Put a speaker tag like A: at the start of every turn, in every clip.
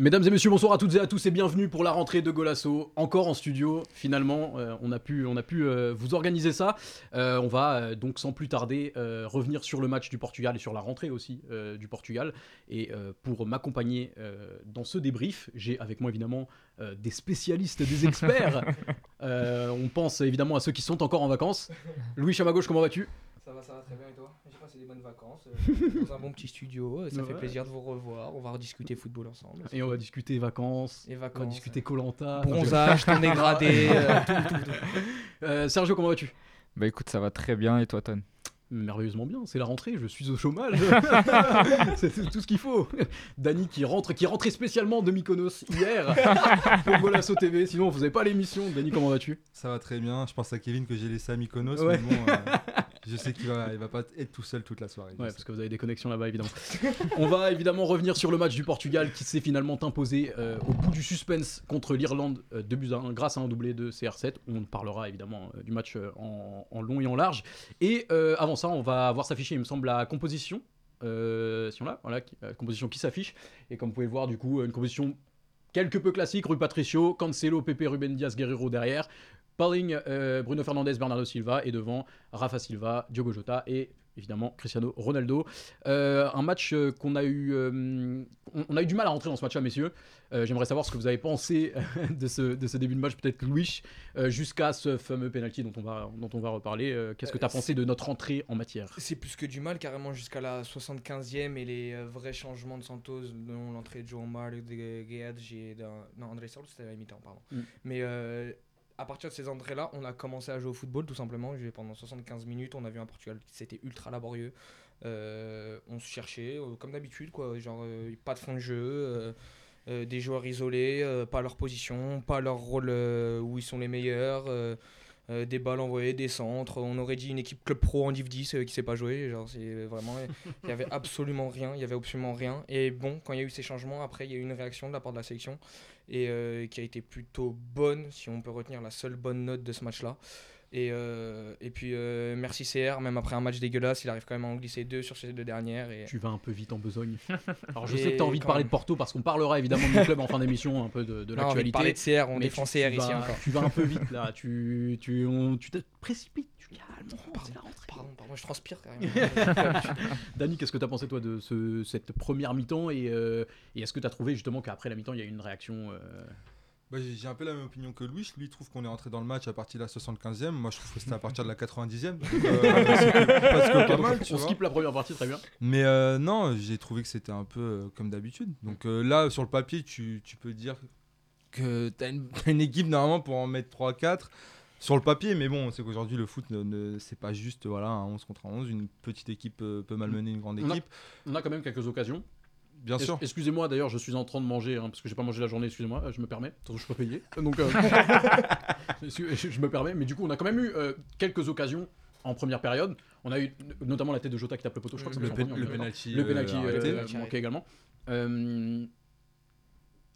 A: Mesdames et messieurs, bonsoir à toutes et à tous et bienvenue pour la rentrée de Golasso, encore en studio. Finalement, euh, on a pu, on a pu euh, vous organiser ça. Euh, on va euh, donc sans plus tarder euh, revenir sur le match du Portugal et sur la rentrée aussi euh, du Portugal. Et euh, pour m'accompagner euh, dans ce débrief, j'ai avec moi évidemment euh, des spécialistes, des experts. Euh, on pense évidemment à ceux qui sont encore en vacances. Louis Chamagauche, comment vas-tu
B: Ça va, ça va très bien et toi J'ai passé des bonnes vacances euh, dans un bon petit studio. euh, Ça
A: Ouais.
B: fait plaisir de vous revoir. On va rediscuter football ensemble.
A: Et on va discuter vacances.
B: Les
A: On va
B: vacances.
A: discuter Colanta.
B: Bronzage, ton dégradé. euh, tout, tout, tout.
A: Euh, Sergio, comment vas-tu
C: Bah écoute, ça va très bien et toi, Ton
A: Merveilleusement bien, c'est la rentrée, je suis au chômage. c'est tout, tout ce qu'il faut. Dany qui rentre, qui rentrait spécialement de Mykonos hier pour Golasso TV, sinon on faisait pas l'émission. Dany, comment vas-tu
D: Ça va très bien. Je pense à Kevin que j'ai laissé à Mykonos,
A: Ouais.
D: mais bon, euh, je sais qu'il va, il va pas être tout seul toute la soirée.
A: Ouais, parce que vous avez des connexions là-bas évidemment. on va évidemment revenir sur le match du Portugal qui s'est finalement imposé euh, au bout du suspense contre l'Irlande euh, de buts à un, grâce à un doublé de CR7. On parlera évidemment euh, du match euh, en, en long et en large. Et euh, avant ça, on va voir s'afficher, il me semble, la composition. Euh, si on l'a, voilà, qui- la composition qui s'affiche. Et comme vous pouvez le voir, du coup, euh, une composition quelque peu classique. Rui Patricio, Cancelo, Pepe, Ruben Diaz, Guerrero derrière. Pauling, euh, Bruno Fernandez, Bernardo Silva et devant Rafa Silva, Diogo Jota et évidemment Cristiano Ronaldo. Euh, un match euh, qu'on a eu, euh, on, on a eu du mal à rentrer dans ce match-là, messieurs. Euh, J'aimerais savoir ce que vous avez pensé euh, de ce, de ce début de match, peut-être que Louis, euh, jusqu'à ce fameux penalty dont on va, dont on va reparler. Euh, Qu'est-ce que
B: Euh,
A: tu as
B: c'est-
A: pensé de notre entrée en matière
B: C'est plus que du mal, carrément jusqu'à la 75e et les euh, vrais changements de Santos, dont l'entrée de João Mário, de Guedes et d'un. Non, André Santos, c'était à la mi-temps, pardon.
A: Mm.
B: Mais euh, à partir de ces entrées-là, on a commencé à jouer au football, tout simplement. J'ai- Pendant 75 minutes, on a vu un Portugal qui c'était ultra laborieux. Euh, on se cherchait, euh, comme d'habitude, quoi. Genre, euh, pas de fond de jeu. euh, euh, des joueurs isolés, euh, pas leur position, pas leur rôle euh, où ils sont les meilleurs, euh, euh, des balles envoyées, des centres. On aurait dit une équipe club pro en Div 10 euh, qui sait pas jouer. Genre, c'est vraiment. Il n'y avait absolument rien, il y avait absolument rien. Et bon, quand il y a eu ces changements, après, il y a eu une réaction de la part de la sélection et euh, qui a été plutôt bonne, si on peut retenir la seule bonne note de ce match-là. Et, euh, et puis, euh, merci CR, même après un match dégueulasse, il arrive quand même à en glisser deux sur ces deux dernières. Et...
A: Tu vas un peu vite en besogne. Alors je
B: Et
A: sais que tu as envie de
B: quand
A: parler
B: même.
A: de Porto parce qu'on parlera évidemment du club en fin d'émission, un peu de, de
B: Là, on va
A: l'actualité.
B: parler de CR, on
A: Mais
B: défend
A: tu-
B: CR
A: tu
B: ici hein.
A: vas-
B: encore.
A: Tu vas un peu vite là, tu, tu, on- tu te précipites, tu calmes. c'est la rentrée.
B: Pardon, pardon, je transpire carrément.
A: Dani, qu'est-ce que tu as pensé toi de ce- cette première mi-temps et, euh, et est-ce que tu as trouvé justement qu'après la mi-temps il y a eu une réaction euh,
D: Bah, j'ai j'ai un peu la même opinion que Louis. Lui, il trouve qu'on est entré dans le match à partir de la 75e. Moi, je trouve que c'était à partir de la 90e. donc, euh, c'est presque pas mal, tu
A: On
D: vois.
A: skip la première partie, très bien.
D: Mais euh, non, j'ai trouvé que c'était un peu euh, comme d'habitude. Donc euh, là, sur le papier, tu, tu peux dire que t'as une, t'as une équipe normalement pour en mettre 3-4 sur le papier. Mais bon, c'est qu'aujourd'hui, le foot, ne, ne- c'est pas juste voilà, un 11 contre un 11. Une petite équipe euh, peut malmener une grande
A: On a-
D: équipe.
A: On a quand même quelques occasions.
D: Bien
A: Es-
D: sûr.
A: Excusez-moi d'ailleurs, je suis en train de manger hein, parce que j'ai pas mangé la journée, excusez-moi, euh, je me permets, parce que je suis pas payé. Donc euh, je, je me permets, mais du coup, on a quand même eu euh, quelques occasions en première période. On a eu n- notamment la tête de Jota qui tape le poteau, je crois que
B: Le
A: c'est
B: pe-
A: en premier, en même temps.
D: penalty.
A: Le penalty
D: euh,
A: euh,
D: arrêté.
B: arrêté.
A: manqué également. Euh,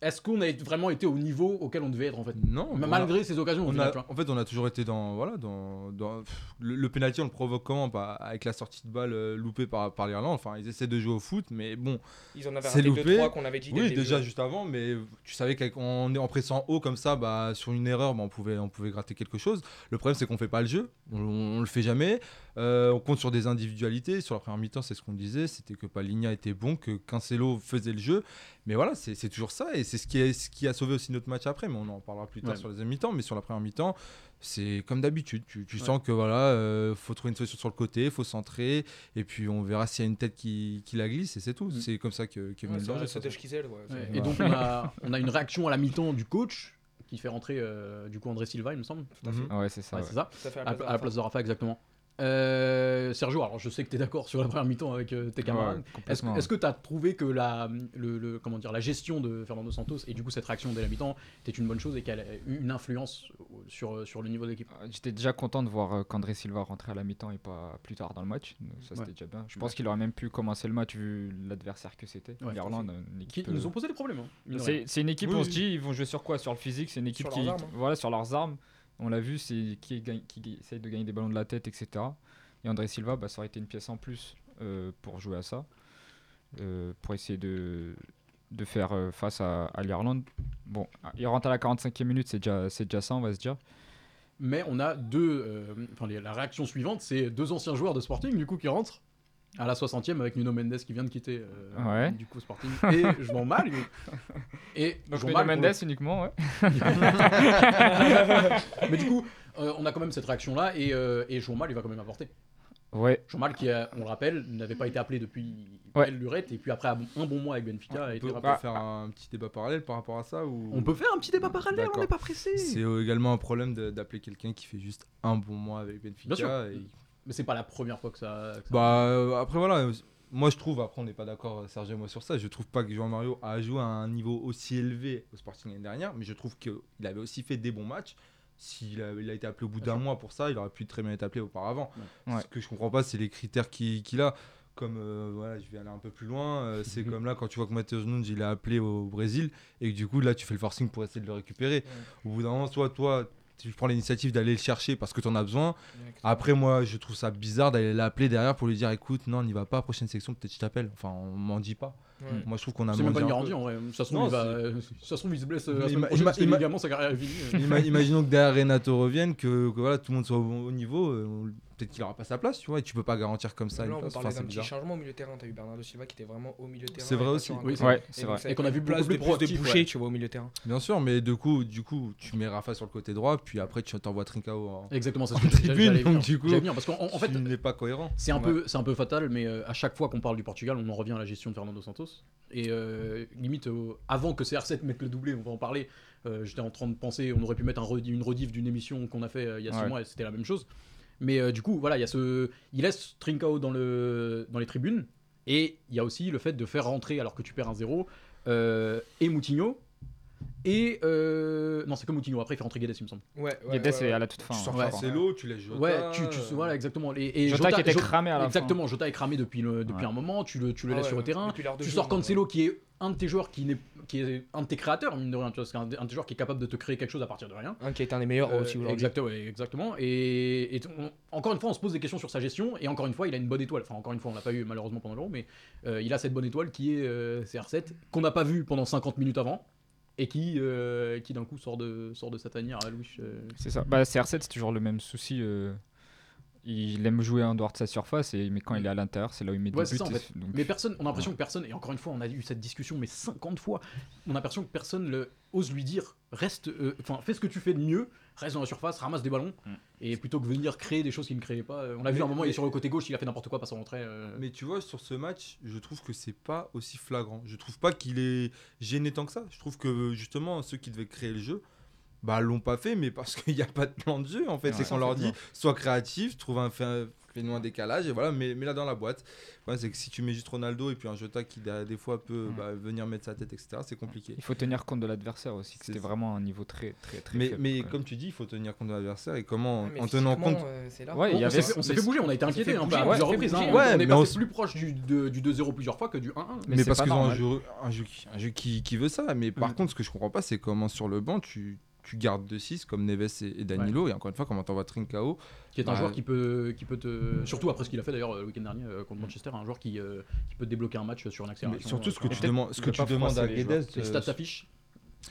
A: Est-ce qu'on a vraiment été au niveau auquel on devait être en fait
D: Non,
A: Ma-
D: on a-
A: Malgré ces occasions, au
D: on
A: final,
D: a-
A: tu vois.
D: en fait, on a toujours été dans. Voilà, dans, dans- pff, le, le penalty, on le provoque comment Bah, Avec la sortie de balle euh, loupée par, par l'Irlande. Enfin, ils essaient de jouer au foot, mais bon,
B: Ils en avaient
D: C'est
B: raté
D: loupé.
B: 2-3 qu'on avait dit. dès le
D: Oui,
B: début.
D: déjà juste avant, mais tu savais qu'en en pressant haut comme ça, bah, sur une erreur, bah, on, pouvait, on pouvait gratter quelque chose. Le problème, c'est qu'on fait pas le jeu. On, on le fait jamais. Euh, on compte sur des individualités. Sur la première mi-temps, c'est ce qu'on disait c'était que Palinha était bon, que Cancelo faisait le jeu. Mais voilà, c'est c'est toujours ça. Et c'est ce qui, est, ce qui a sauvé aussi notre match après. Mais on en parlera plus tard
A: Ouais.
D: sur les mi-temps. Mais sur la première mi-temps, c'est comme d'habitude. Tu, tu sens que voilà, euh, faut trouver une solution sur le côté, faut centrer. Et puis on verra s'il y a une tête qui, qui la glisse. Et c'est tout.
A: Mm.
D: C'est comme ça que, que
B: Ouais, c'est vrai, Sotosh Kizel, ouais, c'est-
A: Ouais,
D: Ouais.
A: Et donc, on a, on a une réaction à la mi-temps du coach qui fait rentrer euh, du coup André Silva, il me semble.
B: Tout à fait.
D: Mhm.
C: Ouais, c'est ça.
A: Mmh. Ouais,
C: ouais.
A: c'est ça.
B: Tout à fait, à
A: À,
B: la place
A: à la place de Rafa, exactement. Euh, Sergio, alors je sais que tu es d'accord sur la première mi-temps avec euh, tes camarades.
C: Ouais,
A: Est-ce
C: complètement,
A: que- est-ce que tu as trouvé que la, le, le- comment dire, la gestion de Fernando Santos et du coup cette réaction dès la mi-temps était une bonne chose et qu'elle a eu une influence euh, sur, sur le niveau de l'équipe
C: ouais. J'étais déjà content de voir euh, qu'André Silva rentrait à la mi-temps et pas plus tard dans le match. Donc ça, c'était
A: Ouais.
C: déjà bien. Je pense qu'il aurait même pu commencer le match vu l'adversaire que c'était.
A: Ouais,
C: L'Irlande, une
A: Qui
C: équipe.
A: nous ont
C: euh,
A: posé des problèmes. hein, mine de rien.
C: C'est c'est une équipe,
D: Oui,
C: on se
D: oui.
C: dit, ils vont jouer sur quoi Sur le physique. C'est une équipe
B: Sur
C: qui.
B: leurs armes, hein.
C: Voilà, sur leurs armes. On l'a vu, c'est qui, gagne- qui gagne- essaye de gagner des ballons de la tête, etc. Et André Silva, bah, ça aurait été une pièce en plus euh, pour jouer à ça. euh, pour essayer de, de faire euh, face à, à l'Irlande. Bon, il rentre à la 45e minute, c'est déjà, c'est déjà ça, on va se dire.
A: Mais on a deux. euh, Enfin, les- la réaction suivante, c'est deux anciens joueurs de Sporting, du coup, qui rentrent à la 60e avec Nuno Mendes qui vient de quitter euh,
C: Ouais.
A: du coup Sporting et je m'en mal et
C: Donc,
A: Jean
C: Nuno
A: Mal, pour le
C: Mendes uniquement, ouais.
A: Mais du coup, euh, on a quand même cette réaction-là et, euh, et Jean Mal, il va quand même apporter.
C: Ouais,
A: Jean Mal, qui, a- on le rappelle, n'avait pas été appelé depuis
C: Ouais.
A: belle lurette et puis après un bon mois avec Benfica, a
D: Ah, On
A: été
D: peut, on peut
A: rappelé.
D: faire un petit débat parallèle par rapport à ça ou...
A: On peut faire un petit débat parallèle, on
C: D'accord.
A: n'est pas pressé.
D: C'est euh, également un problème de- d'appeler quelqu'un qui fait juste un bon mois avec Benfica.
A: hein. Bien sûr.
D: et-
A: Mais c'est pas la première fois que ça. que ça-
D: Bah, euh, après, voilà. euh, Moi, je trouve, après, on n'est pas d'accord, euh, Serge et moi, sur ça. Je trouve pas que Jean-Mario a joué à un niveau aussi élevé au Sporting l'année dernière, mais je trouve qu'il avait aussi fait des bons matchs. S'il a, il a été appelé au bout
A: Bien
D: d'un mois pour ça, il aurait pu très bien être appelé auparavant.
C: Ouais.
D: Ce que je comprends pas, c'est les critères qui- qu'il a. Comme, euh, voilà, je vais aller un peu plus loin, euh, c'est comme là, quand tu vois que Matheus Nunes, il est appelé au Brésil, et que du coup, là, tu fais le forcing pour essayer de le récupérer. Au bout d'un moment, soit toi, tu prends l'initiative d'aller le chercher parce que tu en as besoin, après, moi, je trouve ça bizarre d'aller l'appeler derrière pour lui dire écoute, non, n'y va pas, prochaine section, peut-être je t'appelle. Enfin, on m'en dit pas.
B: Ouais.
D: Moi, je trouve qu'on a
A: Mm. c'est même pas
D: mendé
A: une
D: un
A: garantie en vrai. Ça se trouve,
D: Non,
A: il va- euh, ça se trouve, il se blesse euh, la
D: Mais
A: semaine
D: ima-
A: prochaine
D: ima-
A: parce que les
D: ima-
A: ligaments, sa carrière est euh. finie.
D: peu. Ima- imaginons que derrière Renato revienne, que, que voilà, tout le monde soit au, au niveau, euh, on- peut-être qu'il aura pas sa place, tu vois, et tu peux pas garantir comme ça
B: Là,
D: une
B: on peut
D: place.
B: parler
D: Enfin, c'est
B: d'un petit
D: bizarre.
B: changement au milieu de terrain. T'as eu Bernardo Silva qui était vraiment au milieu de terrain.
D: C'est vrai
B: et pas
D: aussi.
B: sur un
A: Oui,
B: côté.
A: c'est
C: vrai, c'est
B: donc,
C: vrai.
B: ça
A: Et qu'on a
B: fait
A: vu
B: une place
A: beaucoup plus
B: de plus de
A: proactif,
B: boucher,
A: ouais.
B: tu vois, au milieu de terrain.
D: Bien sûr, mais du coup, du coup, tu mets Rafa sur le côté droit, puis après, tu t'envoies Trincao en.
A: Exactement, c'est ce que j'allais-
D: tribune,
A: j'allais
D: donc,
A: venir.
D: du coup,
A: J'allais venir, parce qu'en en fait,
D: tu n'es pas cohérent.
A: C'est un,
C: Ouais.
A: peu, c'est un peu fatal, mais euh, à chaque fois qu'on parle du Portugal, on en revient à la gestion de Fernando Santos. Et euh, limite, euh, avant que CR7 mette le doublé, on va en parler, euh, j'étais en train de penser, on aurait pu mettre un redi- une rediff d'une émission qu'on a fait euh, il y a six
C: Ouais.
A: mois, et c'était la même chose. Mais euh, du coup, voilà, il y a ce... Il laisse Trincao dans, le... dans les tribunes, et il y a aussi le fait de faire rentrer, alors que tu perds un 0, euh, et Moutinho, et... euh, Non, c'est comme Moutinho, après il fait rentrer Guedes, il me semble.
B: Ouais, ouais.
C: Guedes
B: ouais,
C: c'est
B: ouais.
C: à la toute fin.
D: Tu
C: hein,
D: sors
A: ouais.
C: je crois.
D: Cancelo, tu laisses Jota.
A: ouais, tu, tu...
D: euh,
A: Voilà, exactement. Et, et
C: Jota qui était
A: Jota-
C: cramé à la fin.
A: Exactement, Jota est cramé depuis, le, depuis
C: Ouais.
A: un moment, tu le, tu le
B: Ah
A: laisses
B: ouais,
A: sur le terrain.
B: depuis l'heure de
A: Tu
B: jeu,
A: sors
B: moi, ouais.
A: Cancelo qui est un de tes joueurs qui, n'est- qui est un de tes créateurs, mine de rien, tu vois, c'est un, un de tes joueurs qui est capable de te créer quelque chose à partir de rien.
B: Un qui est un des meilleurs
A: Euh,
B: aussi aujourd'hui.
A: exact- ouais, exactement. Et, et on- encore une fois, on se pose des questions sur sa gestion. Et encore une fois, il a une bonne étoile. Enfin, encore une fois, on l'a pas eu malheureusement pendant l'euro, mais euh, il a cette bonne étoile qui est euh, CR7, qu'on n'a pas vu pendant 50 minutes avant, et qui, euh, qui d'un coup sort de, sort de sa tanière à Louis. euh,
C: C'est ça. Bah, CR7, c'est toujours le même souci. euh, Il aime jouer en dehors de sa surface, et... mais quand il est à l'intérieur, c'est là où il met
A: Ouais,
C: des
A: c'est
C: buts.
A: ça, en
C: et
A: fait.
C: c'est- donc-
A: Mais personne, on a l'impression que personne, et encore une fois, on a eu cette discussion, mais 50 fois, on a l'impression que personne le, ose lui dire, reste, euh, enfin, fais ce que tu fais de mieux, reste dans la surface, ramasse des ballons,
C: Mm.
A: et plutôt que venir créer des choses qu'il ne créait pas. euh, On l'a vu
D: Mais-
A: à un moment, il est
D: mais-
A: sur le côté gauche, il a fait n'importe quoi, passant rentrer.
D: Euh. Mais tu vois, sur ce match, je trouve que c'est pas aussi flagrant. Je trouve pas qu'il est gêné tant que ça. Je trouve que justement, ceux qui devaient créer le jeu, bah l'ont pas fait, mais parce qu'il n'y a pas de plan de jeu en fait.
C: Ouais.
D: c'est qu'on leur dit, sois créatif, trouve un fin. Fais-nous un décalage et voilà, mets- mets-la dans la boîte. Ouais, c'est que si tu mets juste Ronaldo et puis un Jota qui des des fois peut
C: Mm.
D: bah, venir mettre sa tête, etc., c'est compliqué.
C: Il faut tenir compte de l'adversaire aussi, que
D: C'est
C: c'était
D: ça.
C: vraiment un niveau très, très, très
D: Mais,
C: faible,
D: mais
C: quoi.
D: comme tu dis, il faut tenir compte de l'adversaire et comment,
B: Mais
D: en tenant
B: physiquement,
D: compte.
B: euh, c'est là.
C: Ouais, il y
A: on
C: avait
A: s'est fait, on s'est
C: mais-
A: fait bouger, on a été
B: s'est
A: inquiété
B: fait
A: hein,
B: bouger,
A: à
B: on
A: plusieurs
B: s'est fait
A: reprises. hein.
B: bouger.
A: On-
D: Ouais,
A: on est
D: mais
A: passé
D: on s-
A: plus proche du, de- du 2-0 plusieurs fois que du 1-1.
C: Mais
D: Mais,
C: c'est
D: parce
C: pas
D: qu'ils ont un
C: normal.
D: jeu, un jeu qui, un jeu qui, qui veut ça. Mais par
C: Mm.
D: contre, ce que je comprends pas, c'est comment sur le banc, tu, tu gardes 2-6 comme Neves et, et Danilo. Et encore une fois, comment t'envoies Trincao.
A: qui est un
D: Bah,
A: joueur qui peut, qui peut te. Surtout après ce qu'il a fait d'ailleurs le week-end dernier euh, contre Manchester, un joueur qui, euh, qui peut te débloquer un match sur une
D: Mais
A: accélération.
D: surtout, ce que
A: euh,
D: tu,
A: sur un-
D: demandes,
C: il
D: ce que
C: va
D: tu
C: pas
D: demandes à
C: froisser les joueurs.
D: Guedes,
A: Les
D: euh,
A: stats s'affichent.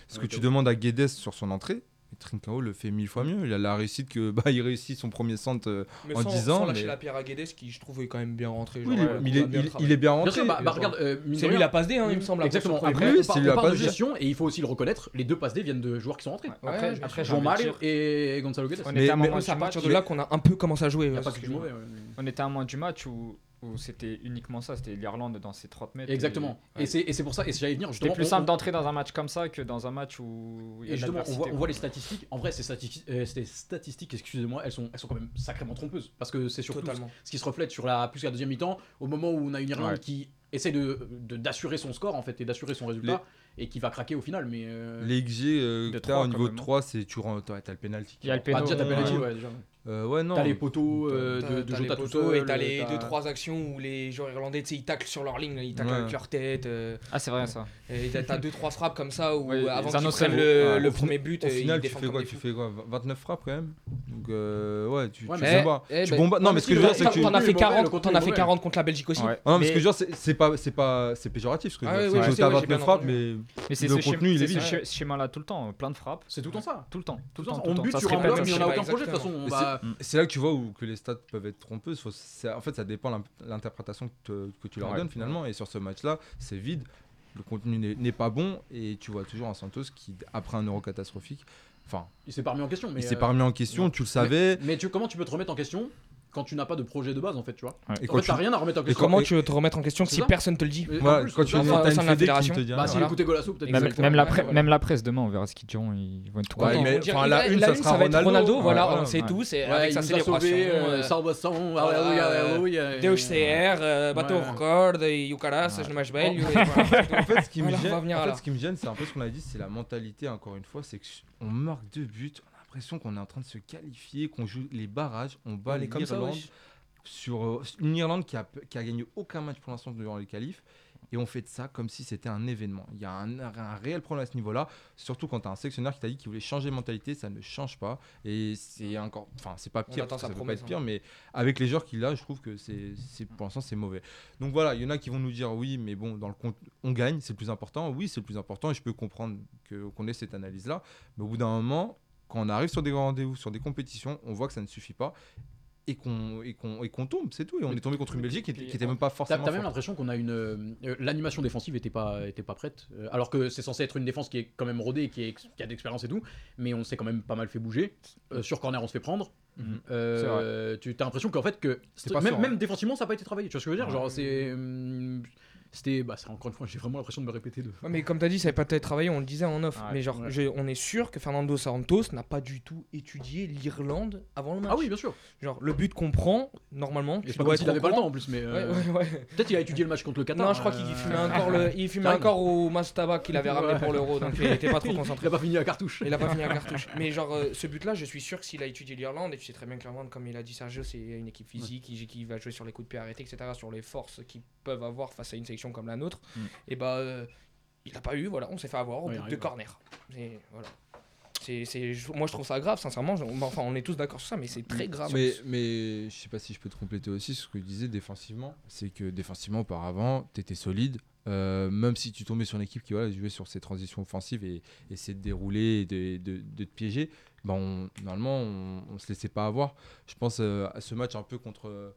D: ce que tu demandes à Guedes sur son entrée. et Trincao le fait mille fois mieux. Il a la réussite que bah, il réussit son premier centre. euh,
B: Mais
D: en
B: sans,
D: 10 ans,
B: sans lâcher
D: mais-
B: la pierre à Guedes, qui je trouve est quand même bien rentré.
D: oui,
B: genre, euh,
D: il,
B: ouais,
D: est-
B: on a
D: il est,
B: bien
D: il-
B: travaillé.
D: il est bien
A: Bien
D: rentré.
A: sûr, bah,
D: Et
A: bah,
D: genre,
A: regarde, euh, mine
B: C'est
A: de
B: lui
A: rien,
B: la passe D, hein, il me semble. après, sur le
A: Exactement.
B: premier
A: Après,
D: Oui,
A: on,
D: c'est
A: par-
D: lui
A: on
D: la
A: parle de
D: passe,
A: gestion et il faut aussi le reconnaître. Les deux passes D viennent de joueurs qui sont rentrés.
B: Ouais,
C: Après,
B: je-
C: après,
B: je-
C: j'ai envie de
A: Jean-Marie
C: dire,
A: et Gonzalo Guedes.
C: on
D: mais-
C: était à un
D: mais-
C: moment
B: Ouais, C'est à
C: du
B: partir
C: match-
B: de là qu'on a un peu commencé à jouer.
A: Il n'y a
B: ouais,
A: pas
B: c'est
A: que
B: ce
A: du
B: je-
A: mauvais. ouais.
C: on était à un moment du match où, où c'était uniquement ça, c'était l'Irlande dans ses 30 mètres. et-
A: Exactement.
C: ouais.
A: Et c'est et c'est pour ça, et j'allais venir
C: C'était
A: justement.
C: plus
A: on-
C: simple
A: on-
C: d'entrer dans un match comme ça que dans un match où il y a
A: Et
C: de
A: justement, on voit,
C: l'adversité,
A: on
C: quoi.
A: voit les statistiques. En vrai, ces statistiques, euh, ces statistiques excusez-moi, elles sont, elles sont quand même sacrément trompeuses. Parce que c'est hein, surtout
B: Totalement.
A: ce qui se reflète sur la plus la deuxième mi-temps, au moment où on a une Irlande
C: Ouais.
A: qui essaie de de- d'assurer son score en fait et d'assurer son résultat et qui va craquer au final. Mais euh,
D: Les XG euh,
C: de
D: que
C: trois,
D: t'as au
C: quand
D: niveau
C: même, hein.
D: 3, c'est tu rends, t'as t'as le penalty.
C: Il y a le
A: ah,
C: péno.
A: déjà t'as
D: ouais.
A: penalty, ouais, déjà.
D: Euh, ouais, non.
A: T'as les poteaux euh,
B: T'as-
A: de, de
B: t'as les
A: Jota
B: poteaux
A: Tuttle,
B: et t'as les
A: t'as-
B: deux trois actions où les joueurs irlandais tu sais, ils taclent sur leur ligne là, ils taclent
D: Ouais.
B: avec leur tête euh,
C: Ah, c'est vrai ça.
B: et t'as- t'as deux trois frappes comme ça où euh,
C: Ouais,
B: avant
C: les
B: qu'ils
C: annonces,
B: prennent
C: elles-
B: le,
C: ouais,
B: le
D: au
B: premier but
D: Au
B: et
D: final,
B: ils
D: tu
B: défendent
D: fais
B: comme
D: quoi
B: des
D: Tu
B: fous.
D: fais quoi 29 frappes quand même Donc, euh, ouais, tu,
A: Ouais,
D: tu
A: mais-
D: bombes-
B: Eh, eh,
D: tu
B: ben,
D: bombes- Non, mais ce que je veux dire, c'est que tu.
B: T'en
A: le
B: as fait
A: contenu est mauvais,
B: 40,
A: le
B: t'en
A: contenu
B: as
A: est
B: fait
A: mauvais.
B: 40 contre la Belgique aussi.
C: Ouais.
D: Ah non, mais ce
B: Mais-
D: que je veux dire, c'est- c'est pas, c'est pas, c'est péjoratif ce que je veux
B: Ah
D: dire.
B: oui,
D: C'est
B: oui,
D: que
B: je sais,
D: t'as
B: ouais, j'ai bien
D: 29 frappes, mais
C: Mais c'est
D: le
C: ce, schéma-
D: contenu, il est
C: c'est
D: vide.
C: ce sch- schéma-là tout le temps, plein de frappes,
A: C'est tout le temps ça.
C: tout le temps,
A: Tout
C: tout le temps, tout
A: on
C: le temps.
A: bute
C: Ça se
A: sur un
C: répète
A: bloc, mais on
B: sais
A: a
B: pas
A: aucun projet de toute façon.
B: exactement.
A: On
D: Mais
A: va-
D: c'est là que tu vois où que les stats peuvent être trompeuses. Faut- c'est- en fait, ça dépend l'im- l'interprétation que, te- que tu leur
C: Ouais.
D: donnes finalement. Et sur ce match-là, c'est vide. Le contenu n'est- n'est pas bon. Et tu vois toujours un Santos qui, après un euro catastrophique, enfin,
A: Il s'est pas remis en question. Mais
D: il s'est
A: euh,
D: pas remis en question. Tu le savais.
A: Mais tu, comment tu peux te remettre en question quand tu n'as pas de projet de base en fait, tu vois En
D: et quand
A: fait,
D: tu,
A: t'as rien à remettre en question.
D: comment
B: Comment tu veux te remettre en question
A: C'est
B: si
A: ça.
B: personne te le dit
A: Mais en
D: voilà,
A: plus,
D: quand tu
A: bah,
D: as une
B: ça, au sein de la
D: fédé qui ne
B: fédération.
D: te ah, dit
A: Bah,
D: rien.
A: s'il
B: Voilà.
A: écoutait Golasso, peut-être.
C: Même,
A: que-
B: Exactement.
C: même la
B: Ouais,
C: presse-
B: voilà.
C: même la presse demain, on verra ce qu'ils diront. Ils vont être
D: Ouais,
C: contents.
D: mais-
B: On dirait-
D: enfin, la une, ça sera
B: va être
D: Ronaldo.
B: Ronaldo. Voilà,
D: Ouais,
B: on sait
C: ouais.
B: tout. C'est
A: Ouais,
B: avec
A: il
B: sa
A: nous a
B: célébration.
A: sauvé,
B: euh,
A: salvação,
B: voilà,
A: alléluia,
B: euh,
A: alléluia.
B: Deus CR, euh, Bateau
A: Ouais.
B: Record, et Yucaras,
C: Ouais.
B: je match belle. et voilà.
D: en fait, ce qui me
B: Voilà, on
D: gêne,
B: va venir
D: en
B: à
D: fait,
B: là.
D: ce qui me gêne, c'est un peu ce qu'on a dit, c'est la mentalité. Encore une fois, c'est qu'on marque deux buts, on a l'impression qu'on est en train de se qualifier, qu'on joue les barrages, on bat
B: On est comme ça,
D: l'Irlande
B: wesh.
D: sur euh, une Irlande qui a, qui a gagné aucun match pour l'instant durant les qualifs. Et on fait de ça comme si c'était un événement. Il y a un, un réel problème à ce niveau-là, surtout quand tu as un sélectionneur qui t'a dit qu'il voulait changer de mentalité, ça ne change pas. Et c'est encore, enfin, c'est pas
B: On
D: pire,
B: attend
D: parce
B: sa
D: que ça peut pas
B: promesse, hein.
D: être pire, mais avec les joueurs qu'il a, je trouve que c'est, c'est- pour l'instant, c'est mauvais. Donc voilà, il y en a qui vont nous dire oui, mais bon, dans le compte, on gagne, c'est le plus important. Oui, c'est le plus important, et je peux comprendre que, qu'on ait cette analyse-là. Mais au bout d'un moment, quand on arrive sur des grands rendez-vous, sur des compétitions, on voit que ça ne suffit pas et qu'on et qu'on et qu'on tombe, c'est tout. Et on
A: Mais
D: est tombé contre une Belgique qui, était-
A: puis,
D: qui était même pas
A: T'as
D: forcément.
A: t'as même
D: forte.
A: l'impression qu'on a une. euh, L'animation défensive était pas, était pas prête. euh, alors que c'est censé être une défense qui est quand même rodée, qui, est ex- qui a de l'expérience et tout. Mais on s'est quand même pas mal fait bouger. Euh, sur corner, on se fait prendre.
D: Mhm.
A: Euh, tu as l'impression qu'en fait, que
D: C'est pas
A: même,
D: sûr, hein.
A: même défensivement, ça n'a pas été travaillé. Tu vois ce que je veux dire
B: Ouais.
A: Genre, c'est. hum, C'était. Bah, c'est encore une fois, j'ai vraiment l'impression de me répéter. De...
B: Ouais, mais comme t'as dit, ça n'avait pas été travaillé, on le disait en off.
C: Ouais,
B: mais genre,
A: ouais.
B: je- on est sûr que Fernando Santos n'a pas du tout étudié l'Irlande avant le match.
A: Ah oui, bien sûr.
B: Genre, le but qu'on prend, normalement,
A: Et
B: tu
A: C'est pas
B: dois
A: comme
B: être
A: s'il n'avait
B: au
A: pas le temps
B: courant.
A: en plus, mais. euh,
B: Ouais, ouais, ouais.
A: Peut-être il a étudié le match contre le Qatar.
B: Non, je crois
A: euh,
B: qu'il fumait encore, le... il fumait
A: Dingue.
B: encore au masse tabac qu'il avait ramené
A: Ouais.
B: pour l'euro, donc il était pas trop
A: Il
B: concentré.
A: a pas fini la cartouche.
B: Il a pas fini la cartouche. Mais genre, euh, ce but-là, je suis sûr que s'il a étudié l'Irlande, et tu sais très bien que l'Irlande, comme il a dit Sergio, c'est une équipe physique qui, qui va jouer sur les coups de pied arrêtés, etc., sur les forces qu'ils peuvent avoir face à une section comme la nôtre.
C: Mm.
B: Et bah, euh, il n'a pas eu, voilà, on s'est fait avoir au
A: Ouais, il
B: but de
A: arrive.
B: corner. Et voilà. C'est- c'est- je- moi, je trouve ça grave, sincèrement. Je- enfin, on est tous d'accord sur ça, mais c'est très grave.
D: Mm. Mais, mais je sais pas si je peux te compléter aussi ce que je disais défensivement. C'est que défensivement, auparavant, t'étais solide. Euh, même si tu tombais sur une équipe qui voilà, jouait sur ses transitions offensives et et essayer de dérouler et de, de- de te piéger, ben on- normalement, on, on se laissait pas avoir. Je pense euh, à ce match un peu contre, euh,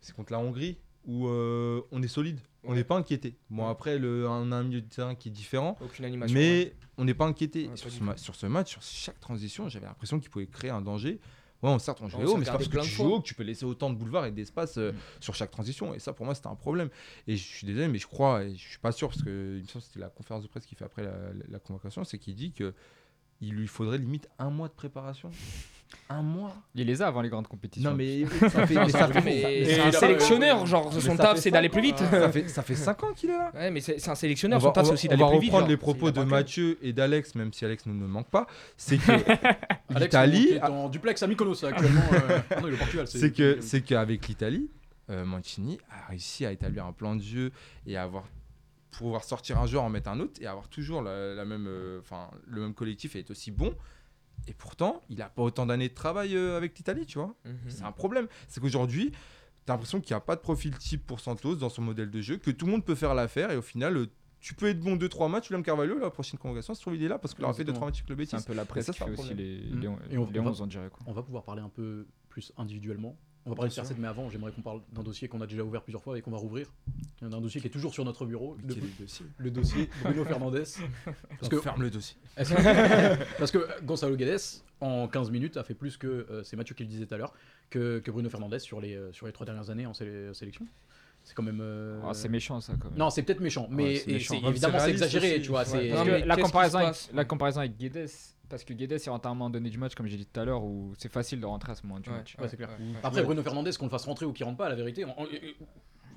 D: c'est contre la Hongrie où euh, on est solide, on
B: Ouais.
D: n'est pas inquiété. Bon,
B: Ouais.
D: après, le, on a un milieu de terrain qui est différent.
B: Aucune animation. hein.
D: mais
B: ouais.
D: on n'est pas inquiété.
B: Ouais,
D: Et sur,
B: pas
D: ce
B: du
D: ma- sur ce match, sur chaque transition, j'avais l'impression qu'il pouvait créer un danger. Ouais, on certes, on jouait
B: On
D: haut,
B: s'est
D: mais c'est
B: regardé
D: pas parce que
B: plein
D: tu
B: de
D: joues
B: fois. Mm.
D: haut que tu peux laisser autant de boulevards et d'espace euh, sur chaque transition. Et ça, pour moi, c'était un problème. Et je suis désolé, mais je crois, et je suis pas sûr, parce que il me semble que c'était la conférence de presse qu'il fait après la, la- la convocation, c'est qu'il dit que il lui faudrait limite un mois de préparation. Un mois
C: Il les a avant les grandes compétitions.
D: Non, mais ça fait, mais ça fait-
B: Mais
A: Et
B: c'est
A: il
B: un
A: a pas-
B: sélectionneur, genre,
D: mais
B: son
D: ça
B: taf,
D: fait
B: c'est
D: ça,
B: d'aller
D: quoi.
B: plus vite.
D: ça fait, ça fait 5 ans qu'il est là.
B: Ouais, mais c'est c'est un
D: On
B: sélectionneur,
D: va,
B: son taf,
D: on
B: c'est
D: va-
B: aussi
D: on
B: d'aller
D: va
B: plus vite.
D: reprendre
B: genre.
D: les
B: Il
D: propos
B: a
D: de
B: pas que-
D: Mathieu et d'Alex, même si Alex ne me manque pas. C'est que
A: Alex, qui
D: l'Italie,
A: est en duplex à Mykonos là, actuellement. euh, ah non, il est au Portugal.
D: c'est que c'est qu'avec l'Italie, euh, Mancini a réussi à établir un plan de jeu et à avoir pouvoir sortir un joueur en mettre un autre et avoir toujours la, la même, euh, enfin le même collectif et être aussi bon. Et pourtant, il n'a pas autant d'années de travail euh, avec l'Italie, tu vois.
B: Mhm.
D: C'est un problème. C'est qu'aujourd'hui, t'as l'impression qu'il n'y a pas de profil type pour Santos dans son modèle de jeu, que tout le monde peut faire l'affaire et au final, euh, tu peux être bon 2-3 matchs. William Carvalho, la prochaine convocation, se trouve, il est là parce qu'il aura fait 2-3
A: Exactement.
D: matchs avec le
C: C'est
D: Betis.
C: un peu la presse
D: ça,
C: qui
D: c'est
C: fait
D: un
C: aussi les,
A: Mm.
C: les, on-
A: Et on-
C: les
A: on va-
C: 11, on dirait. Quoi.
A: On va pouvoir parler un peu plus individuellement. On va parler de CR7, mais avant, j'aimerais qu'on parle d'un dossier qu'on a déjà ouvert plusieurs fois et qu'on va rouvrir. Il y en a un dossier qui est toujours sur notre bureau,
D: Mais
A: le,
D: quel est le dossier
A: le dossier Bruno Fernandez. Parce que,
D: ferme le dossier.
A: est-ce que- parce que Gonzalo Guedes, en 15 minutes, a fait plus que, euh, c'est Mathieu qui le disait tout à l'heure, que, que Bruno Fernandez sur les, euh, sur les trois dernières années en sé- euh, sélection. C'est quand même... euh,
C: Ah, c'est méchant ça quand même.
A: non, c'est peut-être méchant, mais
C: Ouais, c'est
A: et
C: méchant.
A: c'est-
D: Même
A: évidemment
D: c'est
A: c'est
D: réaliste
A: exagéré,
D: aussi.
A: tu vois.
D: Ouais.
A: c'est-
B: Non,
C: Parce
B: mais
C: que la,
B: qu'est-ce qui
C: comparaison
B: se
C: avec,
B: passe
C: la comparaison avec Guedes, parce que Guedes est rentré à un moment donné du match, comme j'ai dit tout à l'heure, où c'est facile de rentrer à ce moment du
B: Ouais,
C: match.
A: Ouais, c'est clair.
B: ouais, ouais.
A: Après, Bruno Fernandez, qu'on le fasse rentrer ou qu'il rentre pas, la vérité, on- on-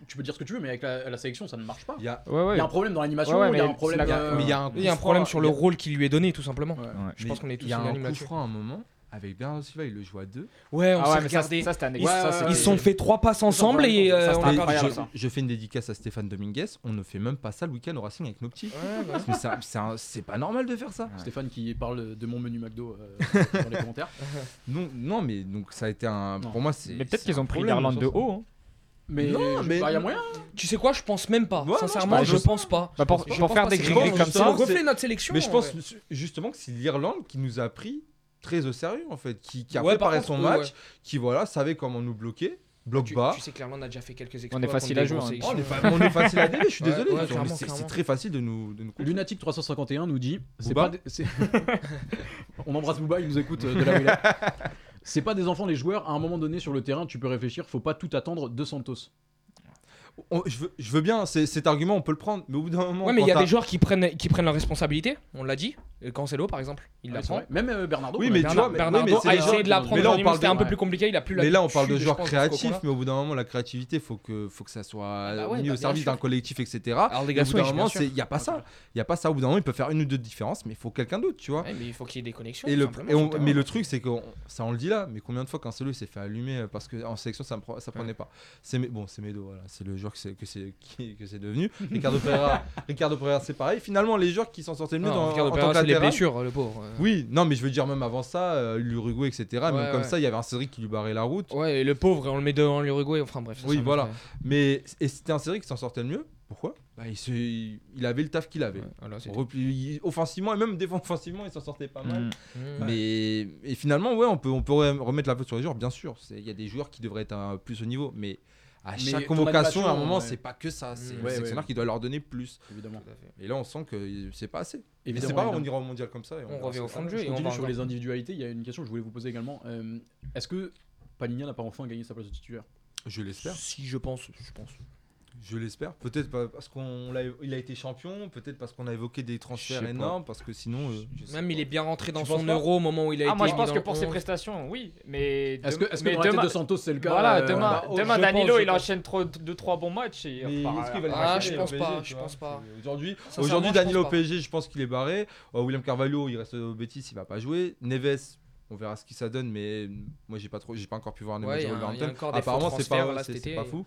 A: tu peux dire ce que tu veux, mais avec la, la sélection, ça ne marche pas.
D: Il y a
C: Ouais, ouais.
A: Il y a un problème dans l'animation,
C: Ouais, ouais,
A: il y a
C: mais
A: un problème.
C: c'est la-
A: euh,
D: mais il y a un
B: Il y a un
D: coup
B: problème
D: franc,
B: sur le
D: il y a-
B: rôle qui lui est donné, tout simplement.
A: Ouais.
B: Je pense
D: Mais
B: qu'on est tous
D: Il y a un
B: unanimes
D: coup
B: là-dessus.
D: franc à un moment. Avec Bernardo Silva, il le joue à deux.
B: Ouais, on
C: Ah
B: s'est
C: ouais, mais ça,
B: regardé.
C: ça, c'était un
B: Ils-
C: ex- ça,
B: ils se
C: c'était-
B: sont fait trois passes ensemble et
C: Ça,
B: euh, on
C: c'était
D: Et
B: a
C: incroyable.
B: perdu.
D: je,
C: ça.
D: je fais une dédicace à Stéphane Dominguez. On ne fait même pas ça le week-end au Racing avec nos petits.
B: Ouais, bah.
D: Parce que c'est un- c'est un- c'est pas normal de faire ça.
A: Stéphane qui parle de mon menu McDo euh, dans les commentaires.
D: Non, non, mais donc ça a été un.
A: Non.
D: Pour moi, c'est.
C: Mais peut-être
D: c'est
C: qu'ils
D: un
C: ont pris
D: problème,
C: l'Irlande
D: sur
C: de
D: ça.
C: haut. hein.
A: Mais
D: Non,
A: je-
D: mais-
A: bah, y a moyen.
B: Tu sais quoi, je pense même pas.
D: Ouais, non,
B: Sincèrement,
D: je
B: je,
D: pense-
B: pense pas.
C: Bah, pour
B: Je
C: pour
B: pense
C: faire
B: pas,
C: des
B: c'est-
C: gris-gris
B: je
C: comme
B: pense-
D: justement,
C: ça,
B: C'est le reflet de notre sélection.
D: Mais je
B: en
D: pense
B: vrai.
D: su- justement que c'est l'Irlande qui nous a pris très au sérieux en fait, qui, qui a
B: Ouais, par
D: préparé
B: contre,
D: son
B: eux,
D: match,
B: ouais.
D: qui voilà savait comment nous bloquer, bloc
B: Tu,
D: bas.
B: tu sais que l'Irlande a déjà fait quelques exploits.
C: On est facile
B: contre
C: à
B: des
C: jouer,
B: grosses
C: hein.
D: Oh,
B: sélections.
D: on, est fa- on est facile à délai, je suis
B: Ouais,
D: désolé.
B: ouais,
D: mais
B: clairement,
D: c'est- C'est
B: clairement.
D: très facile de nous, de nous contrer.
A: Lunatic 351 nous dit c'est
D: Booba
A: pas des- c'est- On embrasse Booba, il nous écoute euh, de là où il est. C'est pas des enfants les joueurs, à un moment donné sur le terrain, tu peux réfléchir, faut pas tout attendre de Santos.
D: On- je, veux, je veux bien, c'est- cet argument on peut le prendre, mais au bout d'un moment.
B: Ouais, mais il y a
D: quand
B: des
D: t'as-
B: joueurs qui prennent, qui prennent leurs responsabilités, on l'a dit. Euh, Cancelo, par exemple, il
A: Ouais,
B: la
A: c'est
B: prend.
A: vrai. Même euh, Bernardo.
D: Oui,
A: qu'on
D: mais
A: a
D: tu
A: perdu.
B: Bernard-
D: vois,
B: Bernardo
D: mais- oui, mais c'est
B: a
D: des
B: essayé
D: gens-
B: de la
A: mais
B: prendre,
A: là, on
B: mais
D: parle
B: c'était
D: de-
B: un peu
A: ouais.
B: plus compliqué, il a plus la
D: Mais là, on parle
B: dessus,
D: de
B: je
D: joueurs
B: pense,
D: créatifs,
B: jusqu'au
D: mais au bout d'un moment, la créativité, faut que, faut que ça soit
B: bah ouais,
D: mis
B: bah,
D: au
B: bien
D: service
B: sûr. Bah,
D: d'un collectif, etc.
B: Alors les
D: Et au bout
B: garçons,
D: d'un moment, il n'y a pas ça. Il n'y a pas ça. Au bout d'un moment, il peut faire une ou deux différences, mais il faut quelqu'un d'autre, tu vois.
B: Ouais, mais il faut qu'il y ait des connexions.
D: Et le,
B: simplement,
D: et
B: sur
D: on-
B: le terrain.
D: mais le truc, c'est que ça, on le dit là, mais combien de fois Cancelo il s'est fait allumer euh, parce qu'en sélection, ça, me pre- ça prenait pas. C'est mes- bon, c'est Medo, voilà, c'est le joueur que c'est que c'est qui- que c'est devenu. Ricardo Pereira, Ricardo Pereira, c'est pareil. Finalement, les joueurs qui s'en sortaient le mieux
B: Non,
D: dans,
B: Ricardo
D: en tant
B: Pereira,
D: que
B: c'est les
D: latéral-
B: blessures, le pauvre. euh.
D: Oui, non, mais je veux dire même avant ça, euh, l'Uruguay, etc. même
B: Ouais,
D: comme
B: ouais. Oh.
D: ça, il y avait un Cédric qui lui barrait la route.
B: Ouais, et le pauvre, on le met devant l'Uruguay, enfin bref. ça,
D: Oui,
B: c'est un
D: voilà.
B: autre,
D: Mais et c'était un Cédric qui s'en sortait le mieux. Pourquoi Bah, il, se- il il avait le taf qu'il
B: euh,
D: avait.
B: ouais, voilà, c'est-
D: Repli- offensivement et même défensivement, il s'en sortait pas mal.
C: Mm.
B: Mmh.
D: Mais et finalement, ouais, on peut, on peut rem- remettre la faute sur les joueurs, bien sûr. C'est- Il y a des joueurs qui devraient être un, plus au niveau, mais à
A: Mais
D: chaque
A: ton
D: convocation, à un
A: animation,
D: moment,
A: ouais.
D: c'est pas que ça. C'est
B: Mm.
D: le
A: Ouais,
D: sélectionneur
A: ouais.
D: qui doit leur donner plus.
A: Évidemment.
D: Et là, on sent que c'est pas assez. Mais
A: Évidemment,
D: c'est pas grave,
A: évidemment.
D: on ira au mondial comme ça. Et
B: On
D: verra
B: revient
D: ça.
B: au fond de jeu
A: Je
B: et on
A: continue
B: va
A: sur
B: encore-
A: les individualités, il y a une question que je voulais vous poser également. Euh, Est-ce que Palinia n'a pas enfin gagné sa place de titulaire
D: Je l'espère.
B: Si je pense, je pense.
D: Je l'espère. Peut-être pas parce qu'on l'a, il a été champion, peut-être parce qu'on a évoqué des transferts
C: pas.
D: énormes, parce que sinon. euh, je sais
B: Même il
D: pas.
B: est bien rentré dans
D: Tu penses
B: son
D: pas
B: euro au moment où il a
C: Ah,
B: été.
C: moi, je
B: mis
C: pense
B: dans
C: que pour ses
B: 11.
C: prestations, oui. Mais
A: Est-ce que,
C: dem-
A: est que
C: mais
A: dans la tête
C: demain-
A: de Santos c'est le cas
C: Voilà,
A: euh,
C: demain,
A: bah,
B: oh,
C: demain
B: je
C: Danilo,
B: pense, je
C: il
B: pense.
C: enchaîne 2-3 bons matchs. Et
D: Mais
C: il repart
D: est-ce qu'il va les
C: à-
B: Ah,
D: racheter
B: je
D: au
B: pense
D: PSG,
B: pas,
D: tu
B: je
D: vois
B: pense pas.
D: Aujourd'hui,
B: Sincèrement,
D: aujourd'hui
B: je pense
D: Danilo au
B: pas.
D: PSG, je pense qu'il est barré. Euh, William Carvalho, il reste au Betis, il va pas jouer. Neves, on verra ce qu'il ça donne, mais euh, moi j'ai pas trop, j'ai pas encore pu voir Neves
B: Ouais, il y
D: jouer
B: a
D: au
B: un-
D: Wolverhampton.
B: il y a encore des
D: Apparemment,
B: faux
D: c'est
B: transferts,
D: pas,
B: là,
D: c'est-
B: cet
D: c'est
B: été.
D: pas fou.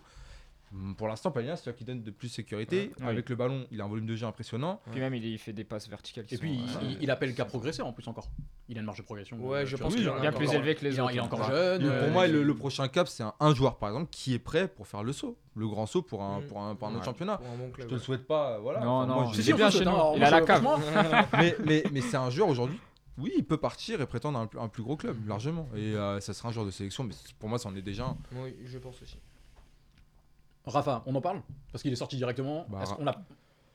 D: Hum, Pour l'instant, Palina, c'est celui qui donne de plus sécurité.
C: Ouais.
D: Avec le ballon, il a un volume de jeu impressionnant.
C: Puis même, il, il fait des passes verticales. qui
A: Et puis
C: sont,
A: il-
C: euh,
A: il, il appelle qu'à progresser en plus encore. Il a une marge de progression.
B: Ouais,
A: euh,
B: je
A: tu
B: pense
A: vois,
D: qu'il
A: il
D: en a
A: est
C: bien
A: encore-
C: plus élevé que les
A: il est-
C: autres.
A: Il est encore
C: Ouais.
A: jeune.
D: Pour
A: euh,
D: moi,
A: il-
D: le, le prochain cap, c'est un, un joueur par exemple qui est prêt pour faire le saut, le grand saut pour un,
B: Mm.
D: pour un, pour un autre
C: Ouais.
D: championnat.
B: Pour un bon
D: Je
B: club,
D: te le
B: ouais.
D: souhaite pas, euh, voilà.
C: Non, non,
D: je-
A: Si,
C: il
A: si,
C: est
A: on
C: bien
A: se
C: chez
A: souhaite,
C: nous.
A: hein, alors
C: Il
A: moi,
C: a la
A: je-
C: cave.
A: franchement,
D: mais, mais, mais c'est un joueur aujourd'hui. Oui, il peut partir et prétendre à un, plus- un plus gros club, largement. Et euh, ça sera un joueur de sélection, mais c- pour moi, ça en est déjà un.
B: Oui, je pense aussi.
A: Rafa, on en parle Parce qu'il est sorti directement.
D: Bah,
A: Est-ce qu'on l'a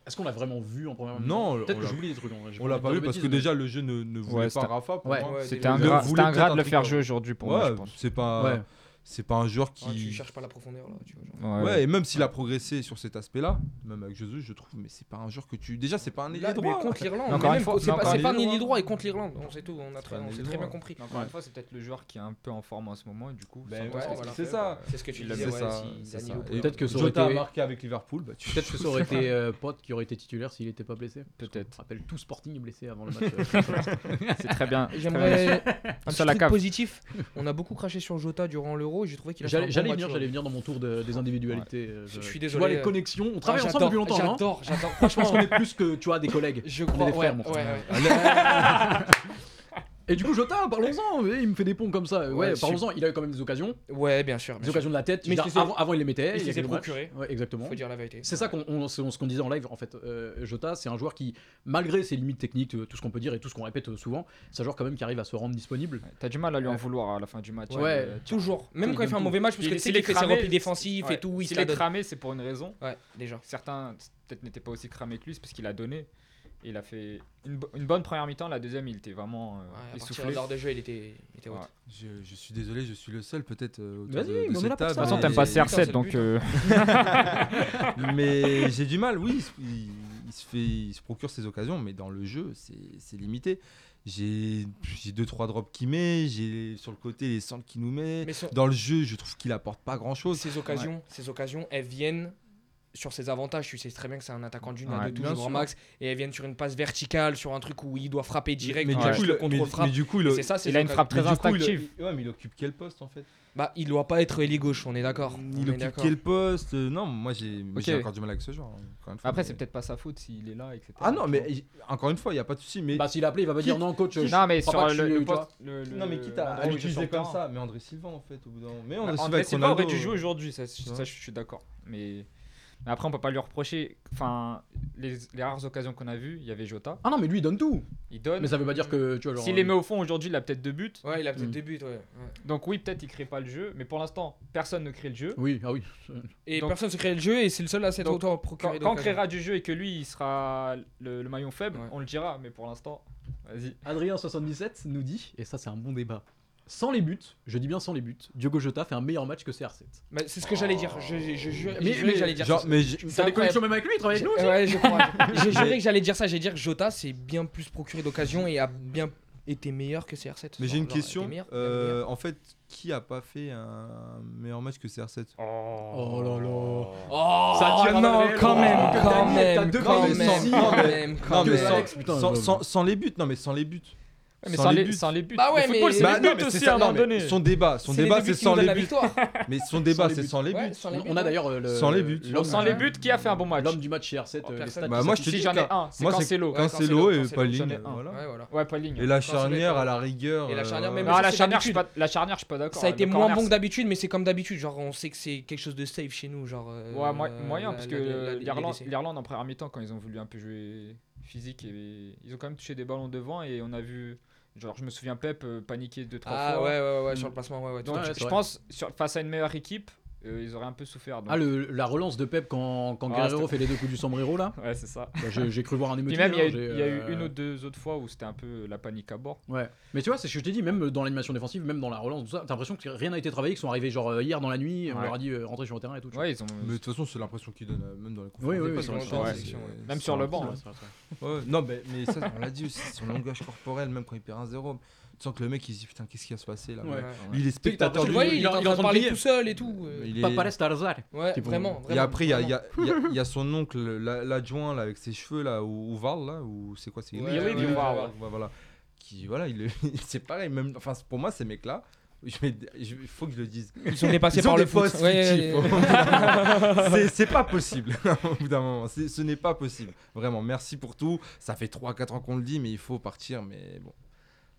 A: est-ce qu'on l'a vraiment vu en première
D: Non,
A: mi-temps Peut-être
D: on
A: que
D: l'a-
A: j'oublie des trucs. en vrai, j'ai
D: On l'a
A: envie de
D: pas
A: dire
D: vu
A: de
D: parce que
A: bêtises,
D: déjà, le jeu ne, ne voulait
C: Ouais,
D: pas
C: c'était-
D: Rafa. Pour
C: ouais,
D: moi.
B: Ouais,
C: C'était un,
B: Danilo,
C: gra-
D: vous
C: c'était
D: voulez
C: un grade
D: peut-être
C: de
D: un
C: le faire
D: truc,
C: jouer aujourd'hui pour
D: Ouais,
C: moi, je pense.
D: c'est pas,
A: Ouais.
D: c'est pas un joueur qui.
B: Ah, Tu cherches pas la profondeur là, tu vois. genre.
D: Ouais, et même s'il a progressé sur cet aspect-là, même avec Jesus, je trouve, mais c'est pas un joueur que tu. Déjà, c'est pas un ailier
B: Là, mais
D: droit.
B: contre l'Irlande,
C: Encore
B: mais
C: une
B: même
C: fois-
B: co- c'est
C: mais
B: pas,
C: encore
B: c'est
C: une
B: pas un
C: fois.
B: ailier droit et contre l'l'Irlande, on sait tout, on a
D: C'est
B: très,
D: un
B: on
D: ailier
B: s'est très
D: droit.
B: bien compris.
C: Encore une fois, c'est peut-être le joueur qui est un peu en forme en ce moment, et du coup.
D: Ben
C: Santos,
D: ouais,
C: qu'est-ce
D: voilà.
C: qu'il
D: c'est
C: fait
D: ça.
B: C'est ce que tu
C: Il l'a
B: disais,
D: C'est
B: ouais,
D: ça,
B: si
D: c'est ça.
B: Danilo
D: Et
B: peut-
A: Peut-être que ça aurait
D: Jota
A: été-
D: a marqué avec Liverpool, bah, tu-
A: Peut-être que ça aurait été euh, Pote qui aurait été titulaire s'il n'était pas blessé.
C: Peut-être.
A: Je rappelle, tout Sporting est blessé avant le match. euh,
C: C'est très bien. très bien.
B: J'aimerais un
C: Ça,
B: petit
C: la
B: truc
C: cave.
B: positif. On a beaucoup craché sur Jota durant l'Euro et j'ai trouvé qu'il a fait un
A: J'allais
B: bon
A: j'allais y
B: match
A: venir, j'allais
B: aujourd'hui.
A: venir dans mon tour de- des individualités. euh,
B: Je- je suis
A: tu
B: désolé,
A: vois les
B: euh,
A: connexions. On
B: Ah,
A: travaille ensemble
B: j'adore,
A: depuis longtemps, non
B: J'adore, j'adore.
A: Je pense qu'on est plus que tu vois des collègues.
B: Je
A: On est
B: crois.
A: des
B: ouais,
A: frères, mon frère.
B: ouais, ouais.
A: Et du coup, Jota, parlons-en. Il me fait des ponts comme ça. Ouais,
B: Ouais,
A: parlons-en. Il a eu quand même des occasions.
B: Ouais, bien sûr. bien
A: Des
B: sûr.
A: occasions de la tête.
B: Mais
A: Genre,
B: il s'est-
A: avant, avant, il les mettait.
B: il s'est
A: y avait le match.
B: procuré.
A: Ouais, exactement.
B: Faut dire la vérité.
A: C'est ça qu'on on- c'est- on- ce qu'on disait en live en fait. Euh, Jota, c'est un joueur qui, malgré ses limites techniques, euh, tout ce qu'on peut dire et tout ce qu'on répète euh, souvent, c'est un joueur quand même qui arrive à se rendre disponible.
C: T'as du mal à lui en vouloir à la fin du match.
A: Ouais.
C: euh, tiens.
B: Toujours. Même
A: Il
B: quand il fait un
A: donne
B: mauvais match, parce que
C: Il-
B: tu sais
C: s'il
B: qu'il
C: est
B: fait ses
C: cramé,
B: replis défensifs
C: Ouais.
B: et tout, il se
C: S'il
B: la
C: est
B: donne.
C: cramé, c'est pour une raison.
B: Ouais, déjà.
C: Certains, peut-être, n'étaient pas aussi cramés que lui, c'est parce qu'il a donné. Et il a fait une, bo- une bonne première mi-temps. La deuxième, il était vraiment euh,
B: Ouais, à partir de
C: essoufflé.
B: l'heure de jeu, il était, il était haute.
C: Ouais.
D: Je, je suis désolé, je suis le seul peut-être euh, autour
A: Vas-y,
D: de,
A: mais
D: de
A: on est
D: cette
A: là pour
D: table.
A: ça. De toute façon,
D: mais-
A: t'aimes pas
B: CR7, Putain, c'est le donc, but, hein.
C: euh,
D: Mais j'ai du mal, oui, il, se- il- il se fait, il se procure ses occasions, mais dans le jeu, c'est c'est limité. J'ai j'ai deux trois drops qu'il met, j'ai sur le côté les centres qu'il nous met.
B: Mais son-
D: Dans le jeu, je trouve qu'il apporte pas grand chose.
B: ces occasions, ces occasions, elles viennent sur ses avantages, tu sais très bien que c'est un attaquant d'une à
C: Ouais,
B: deux touches
D: bien
B: au grand
D: sûr.
B: max, et elles viennent sur une passe verticale, sur un truc où il doit frapper direct,
D: mais,
B: tu
D: du
B: vois,
D: coup,
B: juste
D: il,
B: le contrôle
D: mais-
B: frappe.
D: mais du coup, il,
B: C'est ça, c'est
C: il a
B: son
C: une
B: cas-
C: frappe très
D: mais du coup, il-
C: instinctive.
D: il- ouais, mais il occupe quel poste en fait
B: Bah, il doit pas être ailier gauche, on est d'accord. on est
D: Il occupe
B: d'accord.
D: quel poste Euh, Non, moi j'ai mais
C: Ok.
D: j'ai encore du mal avec ce genre. hein, encore une fois,
C: Après,
D: mais-
C: c'est peut-être pas sa faute s'il est là, etc.
D: Ah non, mais
C: Tu
D: j- encore une fois, il n'y a pas de souci. Mais...
A: Bah, s'il a appelé, il va pas dire non, coach. euh,
C: vois.
A: je-
C: Non, mais
A: crois
C: sur
A: pas que
C: le,
A: tu-
C: le
A: tu vois.
C: poste. le- le-
D: non, mais quitte à, à
C: André Silva sur
D: l'utiliser
C: le
D: comme
C: terrain. Bah,
D: ça. Mais André Silva en fait, au bout d'un moment. Mais
B: Bah,
D: André
C: André
D: Silva avec
C: Silva aurait dû
D: Ronaldo,
C: jouer
D: euh,
C: aujourd'hui, ça, ça,
D: vois.
C: je suis d'accord. Mais... mais après, on peut pas lui reprocher. Enfin, les, les rares occasions qu'on a vues, il y avait Jota.
A: Ah non, mais lui, il donne tout.
C: Il donne.
A: Mais ça veut pas dire que tu vois. genre,
C: S'il les met au fond aujourd'hui, il a peut-être deux buts.
B: Ouais, il a peut-être
A: Mm.
D: Hmm.
B: des buts, ouais. ouais.
C: Donc oui, peut-être il crée pas le jeu, mais pour l'instant, personne ne crée le jeu.
A: Oui, ah oui.
B: Et
C: Donc-
B: personne ne se crée le jeu, et c'est le seul à s'être
C: Donc,
B: autant
C: Quand,
B: procuré
C: quand on
B: d'occasion.
C: créera du jeu et que lui, il sera le, le maillon faible,
B: Ouais.
C: on le dira. Mais pour l'instant, vas-y.
A: Adrien77 nous dit, et ça, c'est un bon débat. Sans les buts, je dis bien sans les buts, Diogo Jota fait un meilleur match que CR7.
B: Mais c'est ce que j'allais dire. Je, je, je, jure-
A: Mais-
B: j'ai juré
A: mais-
B: que j'allais dire
D: Genre,
B: ça.
D: mais j-
B: C'est
A: T'as des
B: incroyable.
A: connexions même avec lui, il travaille
C: Euh,
A: avec nous aussi.
B: Ouais, je crois. J'ai juré
D: Mais-
B: que j'allais dire ça. J'allais dire que Jota s'est bien plus procuré d'occasion et a bien été meilleur que CR7.
D: mais
B: Genre,
D: j'ai une
B: genre, était
D: question.
B: meilleur, même
D: euh,
B: meilleur.
D: En fait, qui a pas fait un meilleur match que CR7
A: Oh là là.
B: Oh,
A: Ça tire à balles
B: non,
A: réelles.
B: quand
A: Oh,
B: même,
A: que
B: quand
A: t'as mis- t'as
B: même,
A: deux
B: quand
A: balles
B: même,
A: ici.
B: quand
D: Non,
B: même, quand
D: Non,
A: que
D: mais
B: même.
A: Alex, putain,
D: sans- sans-
A: je-
D: sans- sans les buts, non, mais sans les buts.
C: Mais sans, les, sans les buts.
B: Bah ouais,
C: le football,
B: mais-
C: c'est
B: Bah
C: les
D: non,
C: buts
D: mais
C: aussi hein,
D: ça-
C: à un
D: non,
C: moment
D: mais
C: donné.
D: Son débat, son débat,
B: les buts
D: c'est
B: qui
D: sans
B: nous donnent
D: les
B: la
D: buts.
B: victoire.
D: Mais son débat,
A: les
D: c'est
A: buts.
D: sans les
B: Ouais,
D: buts.
B: sans les
A: On,
B: buts,
A: on a
B: ouais.
A: d'ailleurs euh, le-
D: Sans les buts.
A: l'homme-
C: Sans les buts, qui a fait un bon match Oh,
A: L'homme du match CR7. euh, les
B: personne.
A: stats
D: Bah,
A: qui
D: moi, je te
C: Si
D: dis,
C: j'en ai
D: qu'un-
C: un, c'est
D: moi,
C: quand
D: c'est-
C: c'est l'eau.
D: Quand
B: Ouais,
D: c'est l'eau et
B: quand
D: pas
B: c'est
D: ligne.
C: l'eau.
D: voilà.
B: Ouais, voilà.
C: Ouais, pas ligne.
D: Et la
B: Quand c'est l'eau,
D: charnière,
B: ouais.
D: à la rigueur.
B: Et la charnière,
D: euh,
B: même
C: Non,
B: ça,
C: ah, la
B: c'est
C: charnière, je suis
B: d'habitude.
C: pas, la charnière, je suis pas d'accord.
B: Ça a été
C: Le
B: moins
C: corner,
B: bon que
C: c'est-
B: d'habitude, mais c'est comme d'habitude. Genre, on sait que c'est quelque chose de safe chez nous. Genre, euh,
C: Ouais, moi-
B: euh,
C: moyen,
B: la-
C: parce
B: la- la- la-
C: que
B: les
C: l'Irlande,
B: blessés.
C: l'Irlande, en première mi-temps, quand ils ont voulu un peu jouer physique, et ils ont quand même touché des ballons devant et on a vu, genre, je me souviens Pep euh, paniquer deux trois
B: Ah
C: fois.
B: ouais, ouais, ouais,
A: Mm.
B: sur le placement, ouais, ouais.
C: Donc
A: Ouais,
C: je-
A: c'est
C: je
A: vrai.
C: pense sur, face à une meilleure équipe, euh, ils auraient un peu souffert. donc-
A: Ah, le- la relance de Pep quand, quand
C: Ah,
A: Guerrero
C: c'était-
A: fait les deux coups du sombrero là
C: Ouais, c'est ça.
A: Bah, J'ai j'ai cru voir un émotif.
C: Puis même, il y a, eu- il y a eu une ou deux autres fois où c'était un peu la panique à bord.
A: Ouais. Mais tu vois, c'est ce que je t'ai dit, même dans l'animation défensive, même dans la relance, tout ça, t'as l'impression que rien n'a été travaillé, qu'ils sont arrivés genre euh, hier dans la nuit, on
C: Ouais.
A: leur a dit euh, rentrez sur le terrain et tout. tu vois.
C: Ouais, ils ont.
D: Mais de toute façon, c'est l'impression qu'il donne, euh, même dans les
A: Oui,
D: conférences
A: oui,
D: de
A: oui,
D: presse,
A: sur
D: hein,
A: le
D: c'est-
A: terrain,
D: c'est-
B: c'est-
D: c'est-
C: Même sur le
A: C'est
C: banc.
A: vrai,
C: hein.
A: c'est vrai, c'est vrai.
D: Ouais, non, mais, mais ça, on l'a dit aussi, son langage corporel, même quand il perd un 0 tu sens que le mec, il se dit putain, qu'est-ce qui va se passer là
A: Ouais.
D: ouais.
B: Ouais.
D: Lui, il est spectateur
A: Tu le
B: Tu
D: du
A: vois,
B: vois,
A: il
B: il
A: est
B: est
A: en
B: en
A: train de
B: parler
A: crier.
B: tout seul et tout. euh.
D: Il est-
A: Papa reste Tarzar.
B: Ouais,
A: Qui vont-
B: vraiment,
D: Et
B: vraiment.
D: après, il y a, il y
B: vraiment.
D: a- il y a- il y a son oncle, la- l'adjoint, là, avec ses cheveux, là, ou ou Varl, là, ou c'est quoi C'est
B: Ouais,
D: Iri-
B: ouais,
D: Iri-
B: ouais,
C: ouais.
D: Ouais, voilà. Qui, voilà, il, le- c'est pareil, même, enfin, pour moi, ces mecs-là, je vais- je- il faut que je le dise.
B: Ils sont dépassés
D: Ils ont
B: par
D: des
B: le foot.
D: postes
B: Ouais,
D: fictifs.
B: ouais, ouais.
D: C'est- C'est pas possible au bout d'un moment. C'est- Ce n'est pas possible. Vraiment, merci pour tout. Ça fait 3-4 ans qu'on le dit, mais il faut partir. Mais bon,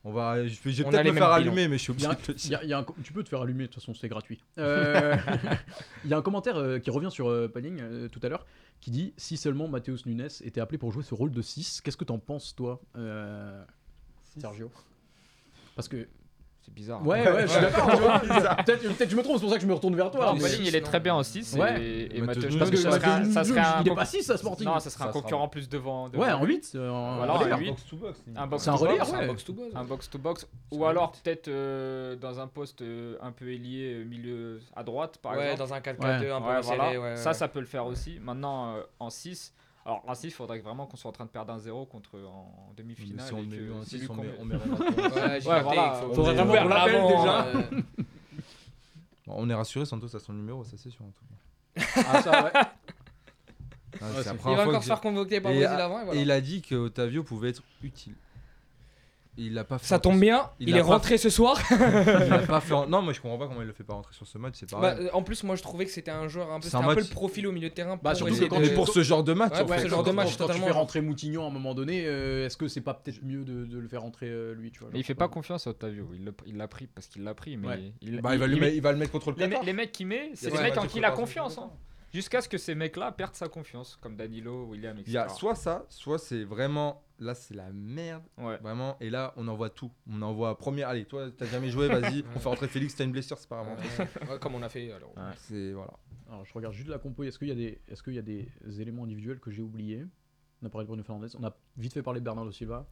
D: on va. Je vais, je vais
B: On a
D: peut-être
B: les
D: me faire
B: mêmes bilans.
D: allumer, mais je suis
A: Il y
D: obligé
A: a un-
D: de le
A: il
D: dire.
A: y a- il y a un co- tu peux te faire allumer, de toute façon, c'est gratuit. Euh, Il y a un commentaire euh, qui revient sur euh, Panning euh, tout à l'heure qui dit Si seulement Matheus Nunes était appelé pour jouer ce rôle de 6, qu'est-ce que t'en penses, toi, euh, Sergio Parce que.
C: C'est bizarre. hein.
A: Ouais, ouais, je suis d'accord. tu vois. Peut-être euh, peut-être je me trompe, c'est pour ça que je me retourne vers toi.
C: Non,
B: mais-
C: Pauline, il est très bien en 6
A: Ouais.
C: et, et Mathieu,
D: Matheus Nunes,
C: je pense
A: Parce
C: que
A: que
C: ça serait, un-
A: Matheus
C: ça serait
A: Nunes,
C: un
A: il est
C: con-
A: pas 6 à Sporting.
C: Non, ça serait un
D: Ça sera-
C: concurrent plus devant. devant
A: ouais, en
C: lui.
A: 8.
C: Voilà, un huit.
B: Ah,
C: Un box
A: C'est un
C: to
A: relais,
C: box,
A: ouais.
B: C'est un box-to-box.
C: Un box to box ou
B: un
C: alors peut-être euh, dans un poste euh, un peu ailier euh, milieu à droite par
B: Ouais,
C: exemple.
B: dans un 4-4-2, un
C: Ouais,
B: peu
C: voilà.
B: serré. ouais,
C: Ça
B: ouais.
C: ça peut le faire aussi. Maintenant euh, en 6 alors en 6 il faudrait vraiment qu'on soit en train de perdre un 0 contre euh, en en demi-finale
D: Si on
C: et
D: met
C: que
D: lui en
C: c'est
D: six,
C: lui
D: on
C: qu'on
D: met-
C: met.
D: on met rien.
B: Ouais, j'ai
C: Ouais,
B: capté,
C: voilà.
B: il faut-
A: Faudrait vraiment qu'on l'appelle
B: Avant,
A: déjà.
B: euh,
D: Bon, On est rassuré, Santos a son numéro, ça c'est sûr. En tout cas. Ah, c'est la
A: c'est- Il
B: Il
D: première
B: va
D: fois
B: encore
D: que
B: se faire convoquer par
D: Et
B: Brésil
D: à-
B: avant et
D: j'ai- Et
B: voilà.
D: il a dit que Otavio pouvait être utile. Il l'a pas fait.
B: Ça
D: en-
B: tombe bien,
D: Il
B: il,
D: a
B: est
D: pas-
B: rentré ce soir.
D: Il l'a pas fait. en- Non, moi je comprends pas comment il le fait pas rentrer sur ce match. C'est
B: Bah,
D: pareil.
B: euh, en plus, moi je trouvais que c'était un joueur un peu,
D: C'est
B: c'était
D: un
B: un peu
D: match-
B: le profil au milieu de terrain.
A: Bah,
B: pour
A: surtout
B: essayer
A: que quand
B: de-
D: mais pour ce genre de match,
B: Ouais,
D: en
B: ouais,
D: fait,
B: ce genre de
A: quand-
B: match,
A: quand tu fais
B: totalement.
A: rentrer Moutinho à un moment donné, euh, est-ce que c'est pas peut-être mieux de, de le faire rentrer euh, lui tu vois,
C: Mais il
A: genre,
C: fait pas confiance à Otavio, il le- il l'a pris parce qu'il l'a pris mais
A: Ouais.
C: il,
D: Bah, il, va
C: il-
D: lui
C: il-
D: met- il va le mettre contre le
C: les,
D: Qatar.
C: me- les mecs qu'il met, c'est
D: Ouais,
C: les
D: ouais,
C: mecs en
D: tu
C: qui il a
D: prépares ton
C: confiance hein. Jusqu'à ce que ces mecs-là perdent sa confiance comme Danilo, William etc.
D: Il y a soit ça, soit c'est vraiment. Là, c'est la merde,
C: Ouais.
D: vraiment. Et là, on envoie tout. On envoie premier. Allez, toi, t'as jamais joué, vas-y. on fait rentrer Félix, t'as une blessure, c'est pas grave.
B: Ouais, ouais, comme on a fait. Alors.
D: C'est voilà.
A: Alors, je regarde juste la compo. Est-ce qu'il y, a des- est-ce qu'il y a des éléments individuels que j'ai oubliés On a parlé de Bruno Fernandez. On a vite fait parler de Bernardo Silva.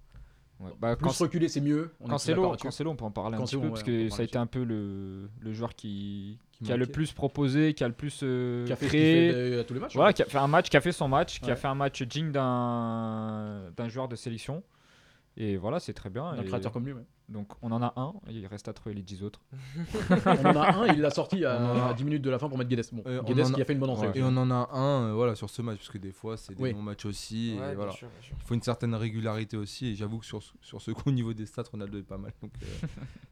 C: Ouais.
D: Euh,
C: Bah,
A: Plus
C: quand
A: reculer, c'est mieux. On est tous
C: Cancelo,
A: d'accord là-dessus.
C: Cancelo, on peut en parler un petit
A: Cancelo,
C: peu
A: ouais,
C: parce
A: on peut en
C: que ça
A: parler
C: a été un peu le, le joueur qui,
D: Qui
C: qui a le
D: manquait.
C: plus proposé, qui a le plus euh,
A: Qui a fait ce qu'il
C: créé,
A: fait, euh, à tous les matchs.
C: voilà, qui a fait un match, qui a fait son match, qui
A: Ouais.
C: a fait un match digne d'un d'un joueur de sélection. Et voilà, c'est très bien.
A: d'un
C: et
A: créateur comme lui. ouais.
C: Donc on en a un, et il reste à trouver les 10 autres.
A: On en a un, il l'a sorti
D: On en a
A: à,
D: un.
A: 10 minutes de la fin pour mettre Guedes. Bon,
D: Euh, on
A: Guedes
D: en a-
A: qui a fait une bonne entrée.
C: Ouais.
A: aussi.
D: Et on en a un euh, voilà, sur ce match, parce que des fois, c'est des
A: Oui.
D: non-matchs aussi.
B: Ouais,
D: et
B: bien
D: voilà.
B: sûr, bien sûr.
D: Il faut une certaine régularité aussi. Et j'avoue que sur, ce- sur ce coup, au niveau des stats, Ronaldo est pas mal. Donc euh,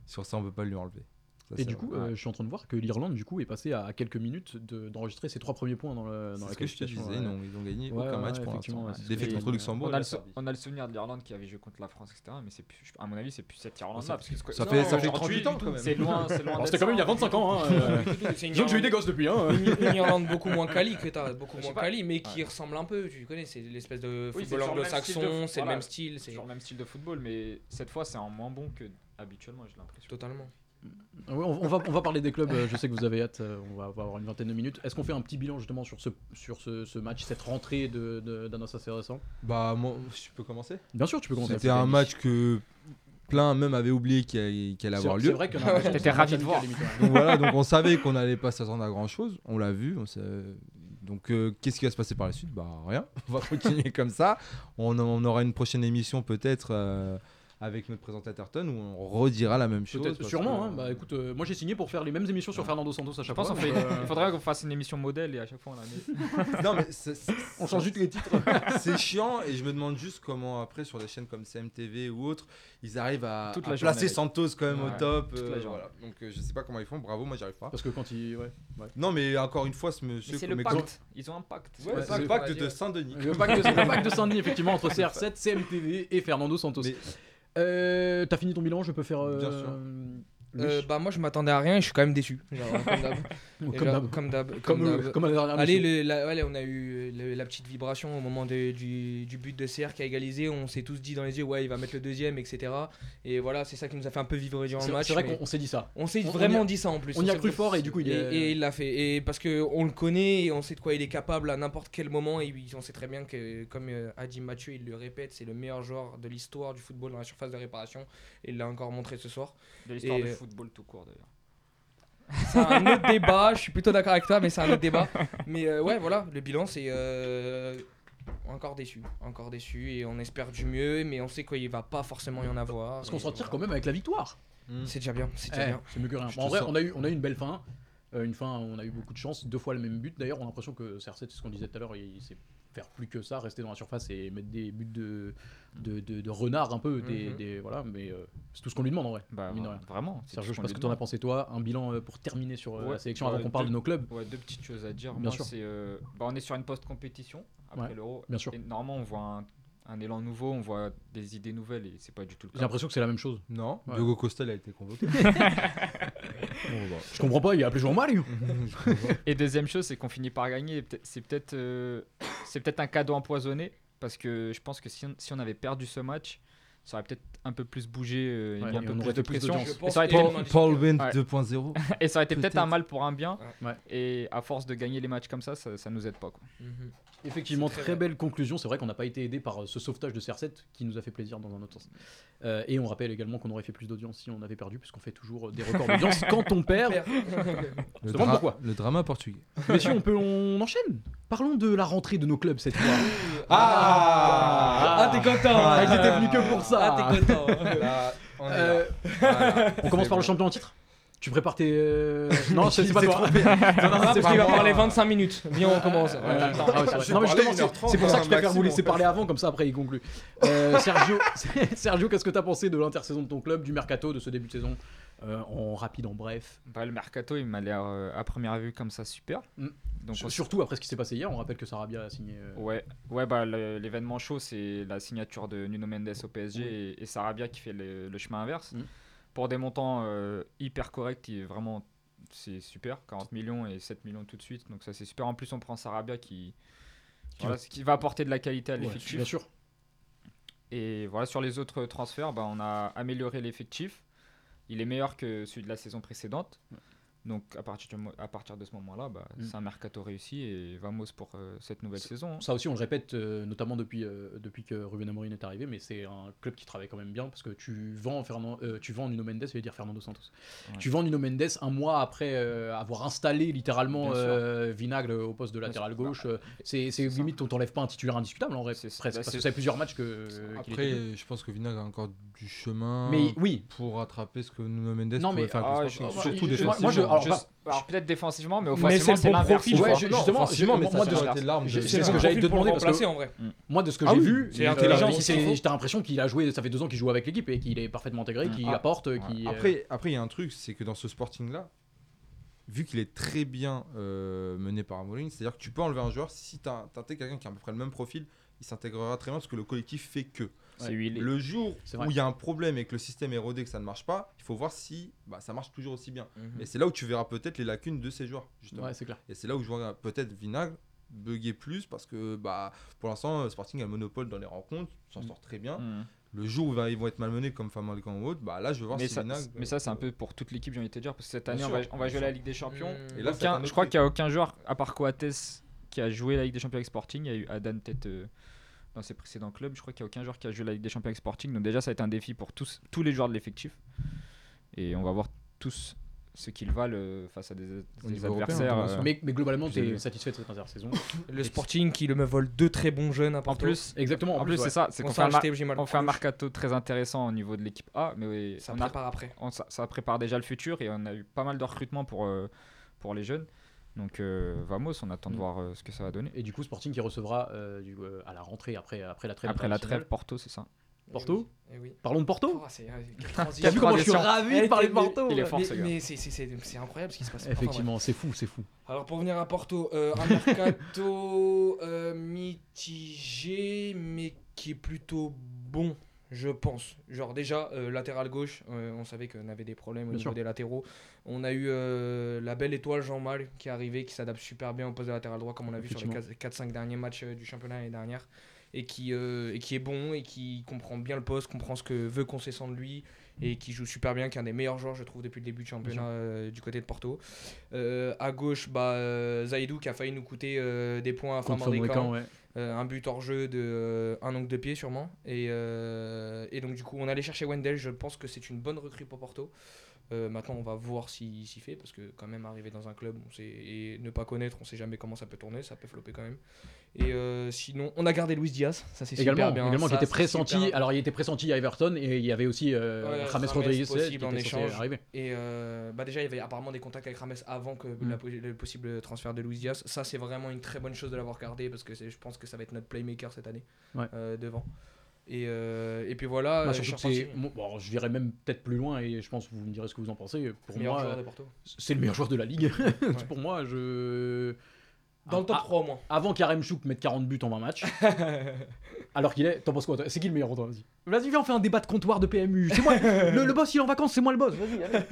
D: sur ça, on peut pas lui enlever. Ça,
A: Et
D: c'est
A: du
D: vrai.
A: coup, euh, je suis en train de voir que l'Irlande, du coup, est passée à quelques minutes de- d'enregistrer ses trois premiers points dans, le, dans
D: c'est
A: la
D: ce que je te
A: qualification, euh. ouais.
D: disais. non, ils ont gagné
A: Ouais,
D: aucun
A: ouais,
D: match pour
A: effectivement,
D: l'instant.
A: ouais, c'est ce que
D: Défaite
A: je
D: contre
A: dis.
D: Luxembourg.
C: on,
D: et
C: a
D: la
C: le, so-
D: Serbie.
C: on a le souvenir de l'Irlande qui avait joué contre la France, etc. Mais c'est plus, à mon avis, c'est plus cette
A: Ah,
C: Irlande-là.
D: Ça-
C: parce que c'est-
D: ça
C: non,
D: fait- ça fait
C: aujourd'hui,
D: 38 ans, quand même.
C: C'est loin, c'est loin.
A: Alors, C'était
C: d'être
A: quand même il y a
C: ça.
A: 25 ans. Hein, euh,
B: C'est une
A: Disons que j'ai eu des
B: Irlande-
A: gosses depuis. Hein, euh.
B: une, une Irlande beaucoup moins quali que t'as, beaucoup
C: Je sais
B: moins
C: pas.
B: quali, mais qui
C: Ouais.
B: ressemble un peu. Tu connais, c'est l'espèce de
C: Oui, c'est
B: football
C: toujours le même
B: anglo-saxon,
C: style de foot,
B: c'est le
C: voilà.
B: même style,
C: C'est
B: c'est
C: toujours le même style de football, mais cette fois, c'est en moins bon que habituellement, j'ai l'impression.
B: totalement.
A: Ouais, on, on va, on va parler des clubs, euh, je sais que vous avez hâte, euh, on, va, on va avoir une vingtaine de minutes. Est-ce qu'on fait un petit bilan justement sur ce, sur ce, ce match, cette rentrée de- de- d'un assez récent
D: Bah, moi, je peux commencer
A: Bien sûr, tu peux commencer.
D: C'était un match que plein même avait oublié qu'il allait qu'il allait
A: C'est-
D: avoir
A: C'est
D: lieu.
A: vrai que
C: J'étais ravi de voir.
D: Donc voilà, donc on savait qu'on n'allait pas s'attendre à grand chose. On l'a vu. on sait- Donc euh, qu'est-ce qui va se passer par la suite Bah rien. On va continuer comme ça. On, on aura une prochaine émission peut-être euh, avec notre présentateur Ton où on redira la même chose.
A: Peut-être,
D: parce
A: sûrement.
D: que- Ah.
A: hein. Bah écoute, euh, moi j'ai signé pour faire les mêmes émissions sur Fernando Santos à
C: Je
A: chaque
C: pense
A: fois.
C: qu'on fait.
A: donc, euh,
C: Il faudrait qu'on fasse une émission modèle et à chaque fois on la met.
D: Non mais c'est- c'est-
A: on change juste les titres.
D: c'est chiant et je me demande juste comment après sur des chaînes comme CMTV ou autres ils arrivent à,
C: Toute
D: à
C: la journée,
D: placer
C: mec.
D: Santos quand même
C: Ouais,
D: au top.
C: toute la
D: euh,
C: journée.
D: voilà. Donc euh, je sais pas comment ils font. Bravo, moi j'y arrive pas.
A: Parce que quand il. Ouais.
D: Non mais encore une fois ce monsieur.
C: c'est
D: comme
C: le
D: exemple-
C: pacte. Ils ont un pacte.
D: Ouais,
A: Ouais,
D: c'est
A: c'est-
D: le pacte
B: on va
D: de
B: dire.
D: Saint-Denis.
A: Le pack de, le pack de Saint-Denis, effectivement, entre CR7, CMTV et Fernando Santos.
D: Mais-
A: Euh, T'as fini ton bilan, je peux faire. euh,
D: Bien sûr.
A: Louis
B: Euh, bah moi je m'attendais à rien et je suis quand même déçu. genre, comme d'hab.
A: Ou
B: Et
A: Comme
B: genre,
A: d'hab.
B: Comme d'hab.
A: Comme,
B: comme
A: euh,
B: d'hab.
A: comme la dernière
B: Allez,
A: émission.
B: le- la- allez, on a eu le- la petite vibration au moment de- du, du but de CR qui a égalisé. On s'est tous dit dans les yeux, ouais, il va mettre le deuxième, etc. Et voilà, c'est ça qui nous a fait un peu vibrer durant
A: C'est-
B: le match.
A: C'est vrai
B: mais
A: qu'on on s'est dit ça.
B: on s'est
A: on- on
B: vraiment
A: y a-
B: dit ça en plus.
A: on y
B: s'est
A: a cru
B: vra-
A: fort et du coup, il
B: et,
A: est-
B: et il l'a fait. Et parce que on le connaît, et on sait de quoi il est capable à n'importe quel moment. Et il- on sait très bien que, comme euh, a dit Mathieu, il le répète, c'est le meilleur joueur de l'histoire du football dans la surface de réparation. Et il l'a encore montré ce soir.
C: De l'histoire
B: Et-
C: du football tout court d'ailleurs.
B: c'est un autre débat. Je suis plutôt d'accord avec toi, mais c'est un autre débat. Mais euh, ouais, voilà, le bilan, c'est euh, encore déçu, encore déçu, et on espère du mieux, mais on sait qu'il va pas forcément y en avoir.
A: Parce qu'on
B: et
A: s'en tire
B: voilà.
A: quand même avec la victoire.
B: C'est déjà bien, c'est
A: Eh,
B: déjà bien.
A: c'est mieux que rien.
D: Je
A: Bon, en
D: te
A: vrai,
D: sens-
A: on a, eu, on a eu une belle fin. Euh, une fin, on a eu beaucoup de chance. Deux fois le même but. D'ailleurs, on a l'impression que CR7, c'est ce qu'on disait tout à l'heure, il, il sait faire plus que ça, rester dans la surface et mettre des buts de, de, de- de renard un peu. Des,
B: Mhm.
A: des- voilà, mais euh, c'est tout ce qu'on lui demande en vrai.
C: Bah,
A: mine de rien.
C: vraiment. c'est
A: Sergio,
C: tout
A: je
C: qu'on
A: pense
C: lui
A: que tu en as
C: demande.
A: pensé, toi. Un bilan euh, pour terminer sur euh,
C: Ouais,
A: la sélection
C: bah,
A: avant qu'on parle
C: deux-
A: de nos clubs.
C: Ouais, deux petites choses à dire.
A: Bien
C: Moi,
A: sûr.
C: c'est, euh, bah, on est sur une post-compétition après
A: Ouais,
C: l'Euro.
A: bien sûr.
C: Et normalement, on voit un, un élan nouveau, on voit des idées nouvelles et c'est pas du tout le
A: J'ai
C: cas.
A: l'impression que c'est la même chose.
D: Non,
A: Ouais.
D: Diogo Costa il a été convoqué. Bon, bah.
A: Je comprends pas, il a appelé Jean-Marie.
C: Et deuxième chose, c'est qu'on finit par gagner. et peut-être- C'est peut-être, euh, c'est peut-être un cadeau empoisonné parce que je pense que si on, si on avait perdu ce match, ça aurait peut-être un peu plus bougé, euh, il y
A: Ouais,
C: avait un
A: et
C: peu
A: on
C: plus
A: aurait
C: de
A: plus
C: pression.
A: d'audience.
C: Et
B: Je pense
C: ça aurait été-
B: qu'il y a
D: Paul,
B: une main
D: Paul
B: du
D: Bent
C: Ouais.
D: 2.0.
C: Et ça aurait été peut-être
D: Peut-être.
C: un mal pour un bien.
A: Ouais.
C: Et à force de gagner les matchs comme ça, ça, ça nous aide pas. Quoi.
B: Mhm.
A: Effectivement,
B: C'est
A: très,
B: très
A: belle conclusion. C'est vrai qu'on n'a pas été aidé par euh, ce sauvetage de CR7 qui nous a fait plaisir dans un autre sens. Euh, et on rappelle également qu'on aurait fait plus d'audience si on avait perdu, puisqu'on fait toujours euh, des records d'audience quand on perd.
D: Le,
A: te demande
D: dra-
A: pourquoi
D: le drama portugais.
A: Mais si on peut, on enchaîne. Parlons de la rentrée de nos clubs cette fois.
B: Ah, t'es content
A: Ah,
B: hein.
A: ils étaient venus que pour ça.
B: Ah, t'es content
D: on
A: Euh, on commence par le champion en titre. Tu prépares tes. euh, Non, c'est c'est pas toi. Non, non, non,
B: Ah,
A: c'est
B: parce
A: pas
B: qu'il va
A: moi.
B: parler 25 minutes. Viens, on commence.
A: Ouais, ouais, ouais. Ah ouais, c'est vrai.
D: J'ai
A: Non, mais
D: parlé
A: justement,
D: 1h30,
A: c'est- c'est pour ça que je préfère vous
D: maximum,
A: laisser
D: en
A: parler avant, comme ça après il conclut. Euh, Sergio, Sergio qu'est-ce que t'as pensé de l'intersaison de ton club, du mercato, de ce début de saison Euh, En rapide, en bref.
C: Bah, le mercato, il m'a l'air euh, à première vue comme ça super.
A: Mm.
C: Donc
A: S-
C: on-
A: Surtout après ce qui s'est passé hier, on rappelle que Sarabia a signé. euh,
C: Ouais, ouais bah, le- l'événement chaud, c'est la signature de Nuno Mendes au PSG
A: Oui.
C: et, et Sarabia qui fait le, le chemin inverse.
A: Mm.
C: Pour des montants euh, hyper corrects, il est vraiment c'est super, 40 millions et 7 millions tout de suite. Donc ça c'est super. En plus on prend Sarabia qui,
A: Qui
C: voilà, ce qui va apporter de la qualité à
A: ouais,
C: l'effectif.
A: bien sûr.
C: Et voilà, sur les autres transferts, bah, on a amélioré l'effectif. Il est meilleur que celui de la saison précédente. Donc à partir, du mo- à partir de ce moment-là, bah,
A: Mm.
C: c'est un mercato réussi et vamos pour euh, cette nouvelle saison. hein.
A: Ça aussi, on le répète, euh, notamment depuis, euh, depuis que Ruben Amorim est arrivé, mais c'est un club qui travaille quand même bien parce que tu vends, Fernan- euh, tu vends Nuno Mendes, je vais dire Fernando Santos.
C: Ouais.
A: Tu vends Nuno Mendes un mois après euh, avoir installé littéralement
C: Bien sûr.
A: euh, Vinagre au poste de
C: Bien
A: latéral
C: sûr.
A: gauche. euh, c'est c'est
C: ça.
A: limite, on t'enlève pas un titulaire indiscutable en vrai,
C: C'est-
A: presque,
C: bah,
A: parce que
C: c'est-
A: ça fait plusieurs matchs que. Euh, qu'il était nul.
D: Après, je pense que Vinagre a encore du chemin
A: mais oui,
D: pour rattraper ce que Nuno Mendes
A: Non, mais-
D: pouvait faire.
C: Ah,
D: parce
C: je-
D: que
C: moi-
D: surtout
C: je-
D: défensivement.
A: moi, je- alors,
C: Juste- alors, peut-être défensivement, mais
B: c'est
C: offensivement,
B: le
C: c'est
B: bon
C: l'inverse.
B: profil,
A: ouais,
B: vois.
A: je-
D: Non,
A: justement,
D: offensivement,
A: je-
D: mais
A: moi,
D: ça
A: de-
D: aurait été l'arme.
A: je-
D: de-
A: c'est
B: un
A: ce que j'allais te
B: profil pour le
A: demander, parce que-
B: remplacer, en vrai.
A: moi de ce que
D: Ah
A: j'ai
D: oui,
A: vu,
B: c'est
A: euh,
B: intelligent,
A: il-
B: c'est ce qu'il
A: c'est-
B: faut.
A: j'ai l'impression qu'il a joué, ça fait deux ans qu'il joue avec l'équipe et qu'il est parfaitement intégré,
C: Mm.
A: qu'il
D: Ah.
A: apporte,
C: Ouais.
A: qu'il. euh,
D: Après, après, il y a un truc, c'est que dans ce sporting-là, vu qu'il est très bien euh, mené par Amorim, c'est-à-dire que tu peux enlever un joueur si t'as t'intègres quelqu'un qui a à peu près le même profil, il s'intégrera très bien parce que le collectif fait que.
C: C'est huilé.
D: Le jour
A: C'est vrai.
D: où il y a un problème et que le système est rodé, que ça ne marche pas, il faut voir si bah, ça marche toujours aussi bien.
B: Mhm.
D: Et c'est là où tu verras peut-être les lacunes de ces joueurs, justement.
A: ouais, c'est clair.
D: Et c'est là où je vois peut-être Vinagre bugger plus parce que bah, pour l'instant, euh, Sporting a le monopole dans les rencontres, s'en
A: Mm.
D: sort très bien.
C: Mm.
D: Le jour où bah, ils vont être malmenés comme Famalicão ou autre, bah, là je veux voir
C: mais,
D: si euh,
C: ça,
D: Vinagre.
C: mais ça, c'est un peu pour toute l'équipe, j'ai envie de te dire, parce que cette
D: Bien
C: année, on
D: sûr,
C: va, on va
D: bien
C: jouer
D: sûr.
C: la Ligue des Champions.
B: Mmh.
D: Et là,
C: Aucun-
D: c'est un autre
C: je crois
D: truc.
C: qu'il n'y a aucun joueur, à part Coates, qui a joué la Ligue des Champions avec Sporting. Il y a eu Adan peut-être euh, dans ses précédents clubs. Je crois qu'il n'y a aucun joueur qui a joué la Ligue des Champions avec Sporting. Donc déjà, ça a été un défi pour tous, tous les joueurs de l'effectif. Et on va voir tous ce qu'ils valent euh, face à des, des
D: niveau européen,
C: adversaires.
D: international.
C: euh,
A: Mais, mais globalement,
C: Plus
A: t'es
C: élevé.
A: satisfait de cette intersaison.
B: Le Sporting qui le me vole deux très bons jeunes à
C: en
B: Porto.
C: plus,
A: Exactement.
C: en plus
A: ouais.
C: c'est ça, c'est
B: on
C: qu'on
B: s'est
C: fait, un mar-
B: acheté Jim
C: on fait un mercato très intéressant au niveau de l'équipe A, mais oui,
B: Ça
C: on a-
B: prépare après.
C: on- ça, ça prépare déjà le futur et on a eu pas mal de recrutements pour, euh, pour les jeunes. Donc euh, vamos, on attend de
A: Mm.
C: voir euh, ce que ça va donner.
A: Et du coup, Sporting qui recevra euh, du, euh, à la rentrée après, après la trêve.
C: Après la
A: internationale.
C: trêve, Porto, c'est ça.
A: Porto
B: Eh oui.
A: Parlons de Porto.
B: Oh, c'est
C: euh,
A: T'as vu comment je suis
C: transition.
A: ravi de parler de Porto
C: il est
A: là.
C: fort, ce
B: mais,
C: gars.
B: mais c'est- c'est c'est- c'est incroyable ce qui se passe. Enfin,
A: Effectivement, c'est fou, c'est fou.
B: Alors pour revenir à Porto, euh, un mercato euh, mitigé mais qui est plutôt bon, je pense. Genre déjà, euh, latéral gauche, euh, on savait qu'on avait des problèmes au
A: Bien
B: niveau
A: sûr.
B: des latéraux. On a eu euh, la belle étoile Jean Mal qui est arrivé, qui s'adapte super bien au poste de latéral droit comme on a vu sur les
A: Effectivement.
B: 4-5 derniers matchs euh, du championnat l'année dernière. Et qui, euh, et qui est bon et qui comprend bien le poste, comprend ce que veut Concessant de lui et qui joue super bien, qui est un des meilleurs joueurs, je trouve, depuis le début du championnat euh, du côté de Porto. Euh, à gauche, bah, euh, Zaidou qui a failli nous coûter euh, des points à fin
A: Contre Fabricant, ouais.
B: un but hors jeu de euh, un ongle de pied sûrement. Et, euh, et donc du coup, on allait chercher Wendell. Je pense que c'est une bonne recrue pour Porto. Euh, maintenant, on va voir s'il s'y fait parce que quand même arriver dans un club on sait, et ne pas connaître, on sait jamais comment ça peut tourner, ça peut flopper quand même. Et euh, sinon, on a gardé Luis Diaz, ça c'est super
A: Également,
B: bien.
A: également qui
B: Ça,
A: était
B: c'est super
A: pressenti. Alors, il était pressenti à Everton et il y avait aussi euh,
B: Ouais,
A: James
B: James
A: Rodriguez qui
B: possible
A: était
B: en
A: censé
B: échange.
A: arriver.
B: Et euh, bah déjà, il y avait apparemment des contacts avec Rames avant que la
A: Mm.
B: po- le possible transfert de Luis Diaz. Ça, c'est vraiment une très bonne chose de l'avoir gardé parce que c'est- je pense que ça va être notre playmaker cette année
A: Ouais.
B: euh, devant. Et, euh, et puis voilà,
A: Bah,
B: euh,
A: surtout que
B: Charpentier,
A: c'est- bon, bon, je dirais même peut-être plus loin et je pense que vous me direz ce que vous en pensez. Pour
B: meilleur
A: moi,
B: joueur
A: euh,
B: de Porto.
A: c'est le meilleur joueur de la ligue.
B: Ouais.
A: Pour moi, je.
B: Dans le top
A: Ah,
B: 3 au moins.
A: Avant qu'Aremchuk mette 40 buts en 20 matchs. Alors qu'il est. T'en penses quoi toi C'est qui le meilleur toi Vas-y. Vas-y, viens, on fait un débat de comptoir de PMU. C'est moi le, le boss, il est en vacances, c'est moi le boss. Vas-y, allez.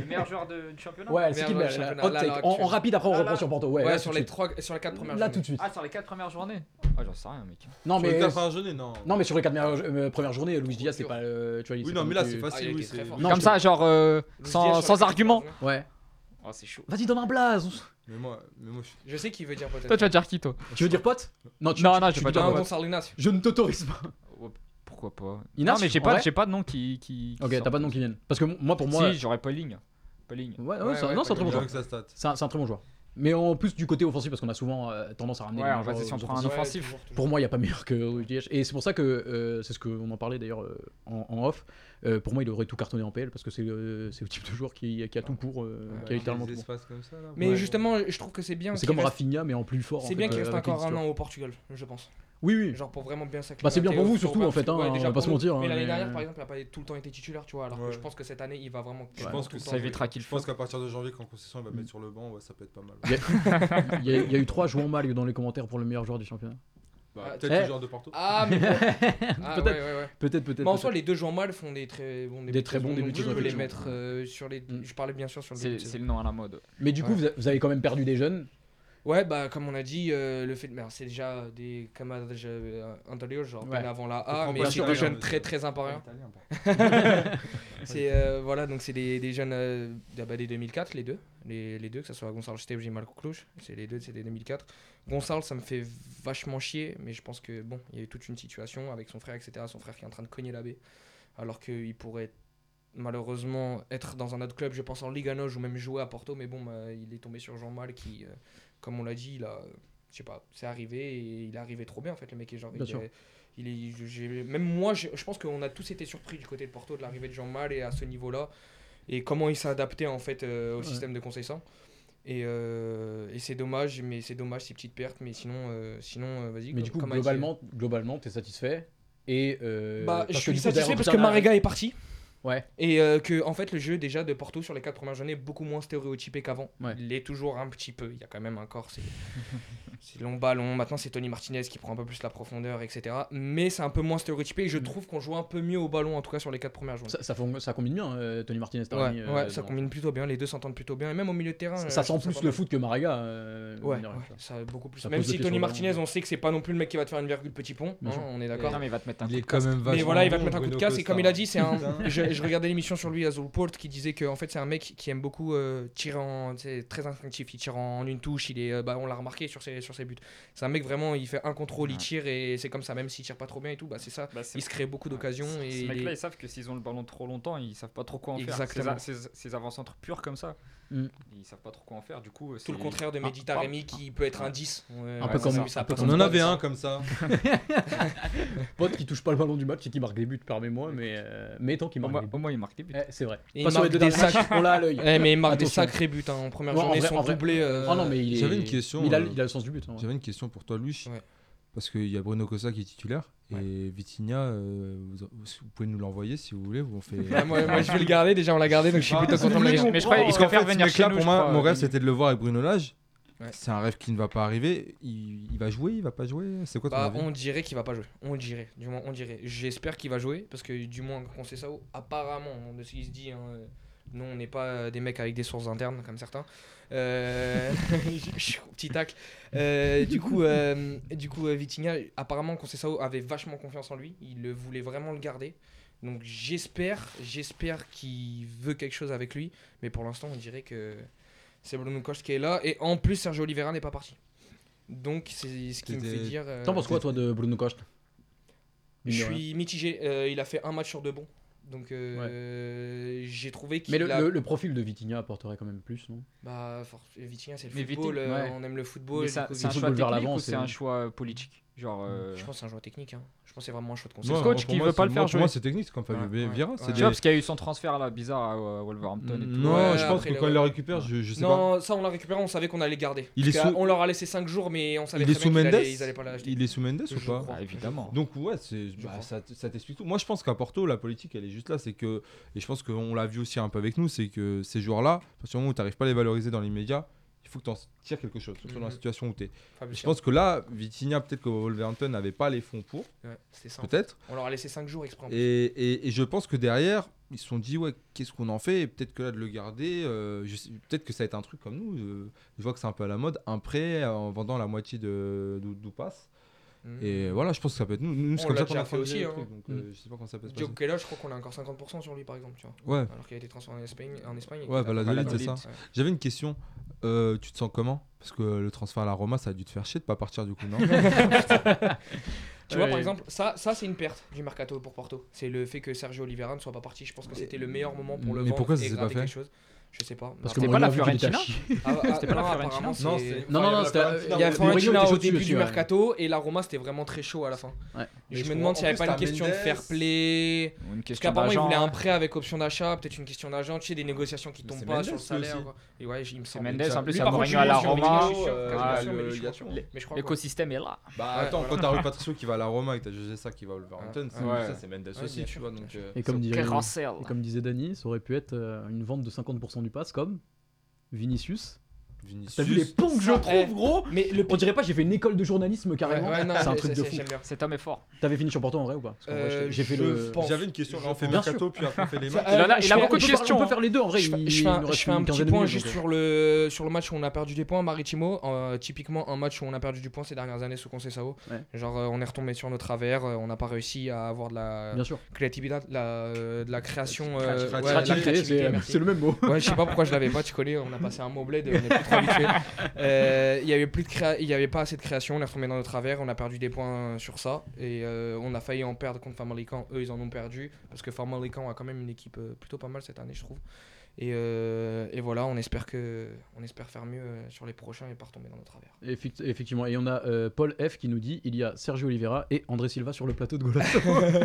C: Le meilleur joueur du championnat
A: Ouais, c'est qui le
B: Merde,
A: meilleur la-
B: championnat,
A: hot
B: là,
A: take.
B: là,
A: En, en
B: actuel.
A: rapide, après, on
C: Là,
A: reprend
C: là.
A: sur Porto. Ouais,
B: Ouais,
A: là,
B: sur,
A: tout de
B: les
A: suite.
B: trois, sur les 4 premières
A: Là, tout
B: journées.
A: de suite.
C: Ah, sur les 4 premières journées Ah, j'en sais rien, mec.
A: Non,
D: Sur les
A: mais.
D: quatre premières journées, non.
A: Non, mais sur les 4 premières journées, Luis Diaz, c'est
B: dur.
A: pas. euh, tu vois, il-
D: oui,
A: c'est
D: non,
A: pas
D: mais là
A: non
D: c'est
A: plus-
D: facile.
B: Ah, il
D: oui,
B: était très
D: c'est-
B: fort.
A: Non,
C: Comme
A: je-
C: ça, genre, euh,
B: Luis Diaz
C: sans,
B: sur les
C: sans
B: quatre
C: argument.
B: premières journées.
A: Ouais.
C: Oh, c'est chaud.
A: Vas-y, donne un blaze. on s-
D: Mais moi, mais moi, je suis-
B: Je sais qui veut dire peut-être.
C: Toi, tu vas dire qui, toi
A: Tu veux dire pote Non, tu,
C: Non,
A: tu-
C: non,
A: tu
C: je vais pas
A: dis
C: dire
B: Non,
A: pote.
C: pote.
B: Gonçalo Inácio.
A: Je ne t'autorise pas.
C: Pourquoi pas
A: Inas,
C: Non, mais j'ai
A: en
C: pas,
A: vrai
C: j'ai pas de nom qui. qui, qui
A: Ok,
C: sort.
A: t'as pas de nom qui vienne. Parce que moi, pour moi.
C: Si, j'aurais Pauling. Pauling.
A: Ouais, ouais,
B: Ouais,
A: c'est un-
B: ouais,
A: non, c'est un
B: pas
A: très bon joueur.
B: grave.
D: avec sa stat.
A: C'est un, c'est un très bon joueur. Mais en plus du côté offensif, parce qu'on a souvent euh, tendance à ramener
C: Ouais,
A: les
C: en
A: joueurs
C: fait, si on
A: aux
C: prend un
A: offensifs.
B: Ouais,
C: offensif.
B: toujours, toujours.
A: Pour moi, il n'y a pas meilleur que Rudy Diaz. Et c'est pour ça que, euh, c'est ce qu'on en parlait d'ailleurs euh, en, en off, euh, pour moi, il aurait tout cartonné en PL, parce que c'est euh, c'est le type de joueur qui, qui a tout court, euh, qui a littéralement tout
D: des
A: court.
D: espaces comme ça. là,
B: Mais
D: ouais.
B: justement, je trouve que c'est bien.
A: C'est
B: qu'il
A: comme
B: reste-
A: Rafinha, mais en plus fort. en
B: C'est
A: fait,
B: bien qu'il
A: euh,
B: reste
A: avec
B: encore un
A: Edith,
B: an au Portugal, je pense.
A: tu vois. Oui, oui.
B: Genre pour vraiment bien s'acclimater.
A: Bah, c'est bien pour vous,
B: faut
A: surtout,
B: pas-
A: en fait, hein,
B: ouais,
A: on
B: déjà
A: va pas
B: pour
A: se
B: nous.
A: mentir, hein,
B: Mais l'année
A: mais-
B: dernière, par exemple, il n'a pas tout le temps été titulaire, tu vois. Alors que
D: Ouais.
B: je pense que cette année, il va vraiment.
A: Je
D: pense que
B: tout le
D: ça
B: temps
C: Ça
D: Ouais.
C: évitera qu'il
D: Je pense
C: fasse.
D: qu'à partir de janvier, quand Concession il va mettre sur le banc, ouais, ça peut être pas mal.
A: Il y, a- il y a eu trois joueurs mal dans les commentaires pour le meilleur joueur du championnat.
D: Bah,
B: Ah,
D: Peut-être
A: eh.
D: le genre de Porto.
B: Ah, mais. ah,
A: Peut-être.
B: ouais, ouais, ouais.
A: Peut-être, peut-être.
B: Mais en
A: peut-être.
B: soi, les deux joueurs mal font des très bons débuts.
A: Des très bons
B: de
A: débuts
B: saison, donc
A: de
B: Je peux
A: saison,
B: les
A: effectivement.
B: mettre euh, sur les.
A: Mm.
B: Je parlais bien sûr sur le euh.
C: C'est
B: début de
C: c'est
B: saison.
C: le nom à la mode.
A: Mais du coup,
B: Ouais.
A: vous a- vous avez quand même perdu des jeunes.
B: Ouais, bah, comme on a dit, euh, le fait. de- mais alors, C'est déjà des camarades euh, intérieurs, genre
A: Ouais.
B: bien avant la
D: Faut
B: A, mais
D: prendre
B: c'est
D: pas
B: des
D: Italien,
B: jeunes très
D: monsieur.
B: très impariens.
D: Italien, par contre.
B: C'est euh, voilà, donc c'est des, des jeunes euh, ah bah, des 2004 les deux, les, les deux, que ce soit Gonçalves Esteves et Marco Cluj. C'est les deux, c'est des 2004. Gonçalves, ça me fait vachement chier, mais je pense que bon, il y a eu toute une situation avec son frère, etc. Son frère qui est en train de cogner la baie, alors qu'il pourrait malheureusement être dans un autre club, je pense en Ligue à Noge ou même jouer à Porto, mais bon, bah, il est tombé sur Jean Mal qui, euh, comme on l'a dit, il a, je sais pas, c'est arrivé et il est arrivé trop bien en fait, le mec est genre.
A: Bien
B: il
A: sûr.
B: est- il est, je- j'ai- même moi, je, je pense qu'on a tous été surpris du côté de Porto de l'arrivée de Jean Mal et à ce niveau-là et comment il s'est adapté en fait euh, au
A: Ouais.
B: système de Conceição. Et, euh, et c'est dommage, mais c'est dommage ces petites pertes, mais sinon, euh, sinon euh, vas-y.
A: Mais
B: comme-
A: du coup,
B: comme a dit-
A: globalement, globalement, t'es satisfait et euh,
B: bah, je
A: parce que
B: suis
A: du coup,
B: satisfait
A: derrière,
B: parce
A: t'en
B: que
A: as-
B: Marega est parti.
A: Ouais.
B: Et euh, que, en fait, le jeu déjà de Porto sur les quatre premières journées est beaucoup moins stéréotypé qu'avant.
A: Ouais.
B: Il est toujours un petit peu. Il y a quand même un corps. C'est, c'est long ballon. Maintenant, c'est Tony Martinez qui prend un peu plus la profondeur, etc. Mais c'est un peu moins stéréotypé. Et je trouve qu'on joue un peu mieux au ballon, en tout cas sur les quatre premières journées.
A: Mm. Ça, ça, fon- ça combine bien, euh, Tony Martinez. t'as
B: ouais,
A: mis, euh,
B: ouais, ça
A: dans-
B: combine plutôt bien. Les deux s'entendent plutôt bien. Et même au milieu de terrain.
A: Ça,
B: euh,
A: ça
B: je
A: sent
B: trouve
A: plus
B: pas
A: le
B: mal.
A: foot que Marega. euh,
B: Ouais,
A: mine de rien,
B: ouais,
A: tu vois.
B: ça beaucoup plus.
A: Ça
B: Même
A: pose
B: si
A: des questions
B: Tony Martinez,
A: vraiment.
B: on sait que c'est pas non plus le mec qui va te faire une virgule petit pont.
A: Bien
B: hein,
A: sûr.
B: on est
C: Non,
B: d'accord.
C: mais il va te mettre un
D: Il
C: coup
D: est
C: de
D: quand
C: casque.
D: même vachement.
B: Mais voilà, il va te
D: bon,
B: mettre un coup de
D: Bruno
B: casse. Et comme
D: Costa.
B: il a dit, c'est un.
D: Putain.
B: je, je regardais l'émission sur lui à Port qui disait que en fait c'est un mec qui aime beaucoup euh, tirer en, c'est très instinctif. Il tire en une touche. Il est, euh, bah, on l'a remarqué sur ses sur ses buts. C'est un mec vraiment, il fait un contrôle, il
C: Ouais.
B: tire et c'est comme ça. Même s'il tire pas trop bien et tout, bah c'est ça.
C: Bah, c'est-
B: Il se crée beaucoup
C: Ouais,
B: d'occasions
C: ces-
B: et
C: Ces
B: il
C: mecs-là,
B: est-
C: ils savent que s'ils ont le ballon trop longtemps, ils savent pas trop quoi en
B: Exactement.
C: faire. Ces, ces, ces avant-centres purs comme ça,
A: Mm.
C: ils savent pas trop quoi en faire. Du coup,
B: tout le
C: c'est-
B: contraire de
A: Ah,
B: Medita Rémi qui peut être un 10.
A: Un peu comme- un peu
D: On en avait un comme ça.
A: Pote qui touche pas le ballon du match et qui marque des buts, permets-moi, mais, euh, mais tant qu'il
C: Au
A: marque
C: moins,
A: des
C: au
A: buts.
C: moins, ils marquent des buts.
A: Eh, c'est vrai.
B: Et
A: Pas
B: il
A: sur les
B: marque
A: deux
B: des
A: derniers matchs, on l'a à l'œil.
B: Eh, mais il marque des
A: Attention.
B: sacrés buts hein. en première
A: Ouais, en
B: journée.
A: vrai- en
B: Son
A: vrai-
B: doublé. euh,
A: Ah non, mais il est-
D: J'avais une question,
A: Il a,
D: euh,
A: il a le sens du but. hein, ouais.
D: J'avais une question pour toi, Louis.
B: Ouais.
D: Parce qu'il y a Bruno Costa qui est titulaire
B: Ouais.
D: et Vitinha, euh, vous, vous pouvez nous l'envoyer si vous voulez. On fait...
B: Bah, moi, moi, je vais le garder déjà on l'a gardé donc je suis
D: Ah,
B: plutôt content de le
D: mais
B: garder.
C: Mais je crois
D: Parce
C: qu'ils se
D: qu'en fait,
C: préfèrent
D: ce
C: venir
D: mec-là,
C: chez nous,
D: pour
C: je
D: moi,
C: crois, euh,
D: mon rêve,
C: Denis.
D: c'était de le voir avec Bruno Lage.
B: Ouais.
D: C'est un rêve qui ne va pas arriver. Il, il va jouer, il va pas jouer. C'est quoi ton
B: Bah,
D: avis
B: on dirait qu'il va pas jouer. On dirait. Du moins, on dirait. J'espère qu'il va jouer parce que du moins, qu'on sait ça, apparemment, on- de ce qu'il se dit, hein, euh, nous, on n'est pas euh, des mecs avec des sources internes comme certains. Euh, Petit tacle. Euh, du coup, euh, du coup, euh, Vitinha, apparemment, Conceição avait vachement confiance en lui. Il le voulait vraiment le garder. Donc j'espère, j'espère qu'il veut quelque chose avec lui. Mais pour l'instant, on dirait que c'est Bruno Costa qui est là. Et en plus, Sergio Oliveira n'est pas parti. Donc c'est ce qui me fait
D: C'était-
B: dire. euh,
A: T'en penses quoi, toi, de Bruno Costa
B: je suis mitigé. Euh, il a fait un match sur deux bons. Donc euh, j'ai trouvé qu'il
A: Mais le,
B: a...
A: le- le profil de Vitinha apporterait quand même plus, non
B: Bah, for- Vitinha, c'est le
C: Mais
B: football.
C: Vitinha,
B: euh,
A: ouais.
B: On aime le football.
C: Mais
B: du
C: ça-
B: coup,
C: C'est un
A: Vitinha.
C: choix
A: Football vers
C: technique ou
A: l'avant,
C: c'est
A: c'est-
C: un choix politique Genre. euh,
B: Je pense que c'est un joueur technique. hein. Je pense que c'est vraiment un choix de
D: Moi,
B: conseil.
C: le coach
D: pour
C: qui
D: moi,
C: veut
D: c'est-
C: pas le
D: moi,
C: faire
D: Pour moi,
C: jouer.
D: c'est technique, c'est comme Fabio
B: Ouais, ouais.
D: Vieira. c'est
B: Ouais.
C: Tu
D: des-
C: vois, parce qu'il y a eu son transfert là bizarre à euh, Wolverhampton et tout.
D: Non,
B: Ouais,
D: je pense
B: euh, après,
D: que
B: le-
D: quand il le récupère, je, je sais pas.
B: non, ça on l'a récupéré, on savait qu'on allait le garder.
D: Il est
B: Parce que,
D: sous-
B: On leur a laissé 5 jours, mais on savait
D: Il est
B: très bien
D: sous
B: qu'ils
D: Mendes
B: allaient- ils allaient pas l'acheter.
D: Il est sous Mendes
B: Je
D: ou pas
B: crois.
C: Ah, évidemment.
D: Donc ouais, c'est bah,
B: crois.
D: ça, ça t'explique tout. Moi, je pense qu'à Porto, la politique, elle est juste là. C'est que et je pense qu'on l'a vu aussi un peu avec nous, c'est que ces joueurs-là, à partir du moment où t'arrives pas à les valoriser dans l'immédiat, il faut que t'en tires quelque chose, surtout dans la
B: Mhm.
D: situation où t'es.
B: Fabio
D: Je pense que là, Vitinha, peut-être que Wolverhampton n'avait pas les fonds pour,
B: Silva. Ouais, c'était ça.
D: peut-être.
B: On leur a laissé 5 jours exprès. en
D: Et, et- et je pense que derrière, ils se sont dit ouais, qu'est-ce qu'on en fait Et peut-être que là de le garder, euh, je sais- peut-être que ça va être un truc comme nous. euh, je vois que c'est un peu à la mode, un prêt euh, en vendant la moitié de d'où d'où passe.
B: plus. Mhm.
D: Et voilà, je pense que ça peut être nous. Nous, c'est
B: On
D: comme
B: l'a
D: ça qu'on
B: déjà
D: a
B: fait
D: fait aussi.
B: aussi, hein.
D: donc, euh, je sais pas quand ça peut se passer.
B: Diogo Keller, je crois qu'on a encore 50% sur lui par exemple, tu vois.
D: Ouais.
B: Alors qu'il a été transformé en Espagne. En Espagne et
D: Ouais, bah,
B: qu'il a-
D: Valladolid,
C: c'est
D: ça. J'avais une question. Euh, tu te sens comment Parce que le transfert à la Roma, ça a dû te faire chier de pas partir du coup, non Bah,
B: Tu vois,
A: Ouais.
B: par exemple, ça, ça c'est une perte du mercato pour Porto. C'est le fait que Sergio Oliveira ne soit pas parti. Je pense que c'était le meilleur moment pour le
D: Mais
B: vendre
D: pourquoi ça
B: et
D: s'est pas
B: gratter
D: fait
B: quelque chose. Je sais pas.
A: Parce
B: Mais
A: que
C: C'était
A: moi,
C: pas
A: on
C: la
A: l'a vu qu'il était à
C: Fiorentina
A: chier.
B: après- ah,
C: c'était pas
B: ah,
C: la
B: non,
C: Fiorentina
B: apparemment,
D: Non,
B: c'est-
D: c'est-
A: Non, non,
D: Enfin,
A: non,
D: il y
A: c'était
D: avait la
A: euh,
B: Il y a
A: Mourinho était
B: Fiorentina au
A: chaud
B: début
A: dessus,
B: du
A: ouais.
B: mercato et la Roma c'était vraiment très chaud à la fin.
A: Ouais.
B: Et
D: Mais
B: je
D: je
B: me
D: crois-
B: demande s'il n'y
D: en
B: avait pas
D: plus,
B: une
D: t'as
B: question de
D: Mendes.
B: fair play.
C: Ou Une
B: Parce
C: question
B: qu'apparemment il
C: d'argent. hein.
B: voulait un prêt avec option d'achat, peut-être une question d'agent, tu sais, des négociations qui
D: Mais
B: tombent
D: c'est
B: pas
D: Mendes,
B: sur le
D: lui
B: salaire.
D: aussi.
B: quoi. Et ouais, il me semble.
C: C'est Mendes,
D: ça-
C: en plus,
B: Lui,
C: à
B: par contre,
C: Mourinho
B: je
C: à la
B: suis sûr,
C: Roma.
B: je suis sûr,
D: Euh,
B: quasiment
D: ah,
B: sûr, mais
D: le-
B: je suis
D: il y a-
B: sûr.
C: les-
B: Mais je crois quoi.
C: L'écosystème est là.
D: Bah
B: Ouais,
D: attends,
B: voilà. Ah,
D: quand t'as Rui Patricio qui va à la Roma et que t'as José ça qui va au Wolverhampton, c'est
C: Ouais.
D: ça c'est Mendes
B: Ouais,
D: aussi,
B: bien
D: tu
B: sûr,
D: vois.
B: bien
D: Donc,
B: sûr.
D: euh,
A: Et comme dirait-
C: Carrousel.
A: Et comme disait Dany, ça aurait pu être euh, une vente de 50% du pass comme Vinicius, T'as
D: Vinicius.
A: vu les ponts que je
B: ça-
A: trouve,
B: eh.
A: gros
B: Mais le
A: On dirait pas, j'ai fait une école de journalisme carrément.
B: Ouais, ouais, non,
A: c'est un
B: mais
A: truc de
B: ça, ça,
A: fou.
B: j'aime bien.
C: Cet homme est fort.
A: T'avais fini sur Porto en vrai ou pas Parce qu'en vrai,
B: Euh,
A: j'ai- J'ai fait
B: je
A: le.
B: pense.
D: J'avais une question, là on fait
A: Bien
D: mercato, puis après on fait les
B: Ça-
D: matchs.
B: Euh,
C: il en a, il a
B: je fais-
C: beaucoup de
A: On peut faire-
C: questions.
A: On peut
C: hein.
A: faire les deux en vrai.
B: Je fais,
A: il-
B: je fais
A: il
B: un,
A: nous
B: je
A: reste
B: fais un
A: une
B: petit
A: quinzaine de
B: point
A: minutes,
B: juste
A: donc, euh.
B: sur le, sur le match où on a perdu des points. Maritimo, euh, typiquement un match où on a perdu du point ces dernières années sous Conceição.
A: Ouais.
B: Genre, euh, on est retombé sur nos travers, euh, on n'a pas réussi à avoir de la
A: Bien sûr.
B: créativité, de la, euh, de la création. euh,
D: Créativité.
B: ouais, de
D: Créativité,
B: la
A: Créativité,
B: créativité,
A: c'est- euh,
B: merci.
A: c'est le même mot.
B: Ouais, je sais pas pourquoi je l'avais pas, tu connais, on a passé un mot bled, on est plus trop habitué. Euh, Il y avait plus de créa- il y avait pas assez de création, on est retombé dans nos travers, on a perdu des points sur ça et euh, on a failli en perdre contre Famalicão, eux ils en ont perdu parce que Famalicão a quand même une équipe euh, plutôt pas mal cette année, je trouve. Et, euh, et voilà, on espère que on espère faire mieux euh, sur les prochains et pas retomber dans nos travers.
A: Effect- Effectivement, et on a euh, Paul F qui nous dit il y a Sergio Oliveira et André Silva sur le plateau de Golasso.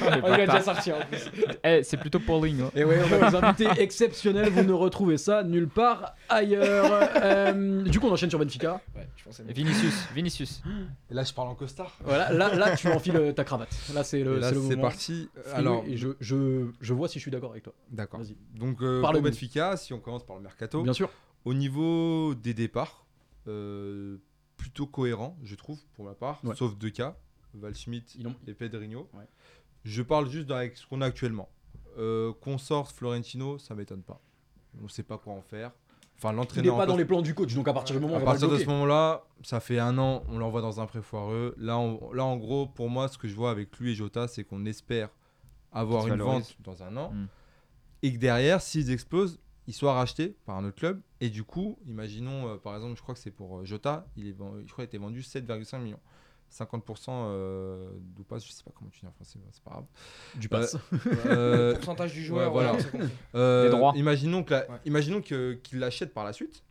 C: Les bâtards.
B: sorti en plus.
C: Eh, c'est plutôt Pauling. hein.
A: et ouais, on a des invités exceptionnels, vous ne retrouvez ça nulle part ailleurs. Euh, du coup, on enchaîne sur Benfica.
B: Ouais, je pensais mieux.
C: Vinicius, Vinicius.
D: Et là je parle en costard.
A: Voilà, là, là, tu enfiles euh, ta cravate. Là, c'est
D: Et
A: le,
D: là
A: c'est le
D: c'est
A: moment.
D: parti.
A: Fais-le
D: Alors,
A: et je, je, je vois si je suis d'accord avec toi.
D: d'accord.
A: Vas-y.
D: Donc euh, pour
A: Parle-nous.
D: Benfica, si on commence par le mercato,
A: Bien sûr.
D: Au niveau des départs, euh, plutôt cohérent, je trouve, pour ma part,
A: Ouais.
D: sauf deux cas, Valschmidt
A: Ils ont-
D: et Pedrinho.
A: Ouais.
D: Je parle juste avec ce qu'on a actuellement. Euh, qu'on sorte Florentino, ça m'étonne pas. On ne sait pas quoi en faire. Enfin,
A: Il n'est
D: l'entraîneur. en
A: pas dans
D: place-
A: les plans du coach, donc à partir du moment où
D: à
A: on va pas le
D: partir de
A: bloquer.
D: ce moment-là, ça fait un an, on l'envoie dans un pré foireux. Là, on- là, en gros, pour moi, ce que je vois avec lui et Jota, c'est qu'on espère avoir
C: Qu'ils
D: une
C: valorisent.
D: vente dans un an.
C: Mm.
D: Et que derrière, s'ils explosent, ils soient rachetés par un autre club. Et du coup, imaginons, euh, par exemple, je crois que c'est pour euh, Jota, il est, ven- je crois qu'il a été vendu 7,5 millions. 50% euh, d'où passe, je sais pas comment tu dis en français, mais c'est pas grave.
A: Du pass.
D: Euh,
B: Pourcentage du joueur,
D: ouais, voilà.
B: voilà, c'est Mmh. compris.
D: euh,
C: Des droits.
D: Imaginons que la-
B: Ouais.
D: imaginons que- qu'ils l'achètent par la suite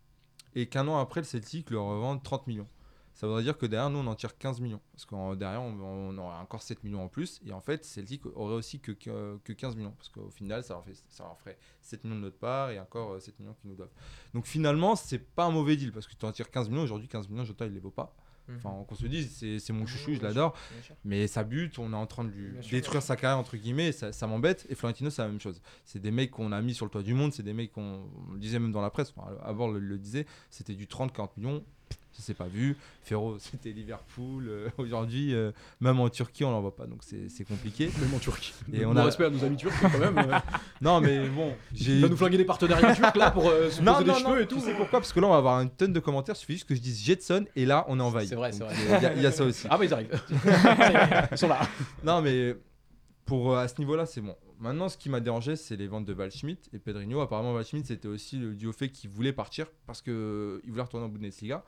D: et qu'un an après, le Celtic leur revende 30 millions. Ça voudrait dire que derrière, nous, on en tire 15 millions. Parce que euh, derrière, on, on aurait encore 7 millions en plus. Et en fait, Celtic aurait aussi que, que, que 15 millions. Parce qu'au final, ça leur, fait, ça leur ferait 7 millions de notre part et encore euh, 7 millions qu'ils nous doivent. Donc finalement, c'est pas un mauvais deal. Parce que tu en tires 15 millions. Aujourd'hui, 15 millions, Jota, il les vaut pas.
B: Mhm.
D: Enfin, qu'on se dise, c'est c'est mon chouchou, je
B: Bien
D: l'adore.
B: Bien sûr.
D: Mais ça bute, on est en train de lui
B: Bien sûr, bien
D: détruire
B: sûr.
D: sa carrière, entre guillemets, et ça, ça m'embête. Et Florentino, c'est la même chose. C'est des mecs qu'on a mis sur le toit du monde, c'est des mecs qu'on on le disait même dans la presse, enfin, Abord le, le disait, c'était du 30-40 millions, ça s'est pas vu. Ferro, c'était Liverpool. euh, Aujourd'hui, euh, même en Turquie, on l'en voit pas, donc c'est c'est compliqué.
A: Même en Turc.
D: Et
A: on
D: on
A: a
D: a-
A: respect à nos amis turcs quand même. euh,
D: Non, mais bon,
A: Il
D: j'ai.
A: va nous flinguer des partenariats turcs là pour euh, se
D: Non,
A: poser des
D: non,
A: cheveux
D: non,
A: et tout.
D: tu sais pourquoi Parce que là, on va avoir une tonne de commentaires. Il suffit juste que je dise Jetson, et là, on est envahi.
A: C'est vrai, c'est
D: Donc,
A: vrai.
D: euh, Il y a- il y a ça aussi.
A: Ah bah ils arrivent. Ça y est, ils sont là.
D: Non, mais pour euh, à ce niveau-là, c'est bon. Maintenant, ce qui m'a dérangé, c'est les ventes de Valschmidt et Pedrinho. Apparemment, Valschmidt, c'était aussi le- dû au fait qu'il voulait partir parce qu'il voulait retourner en Bundesliga.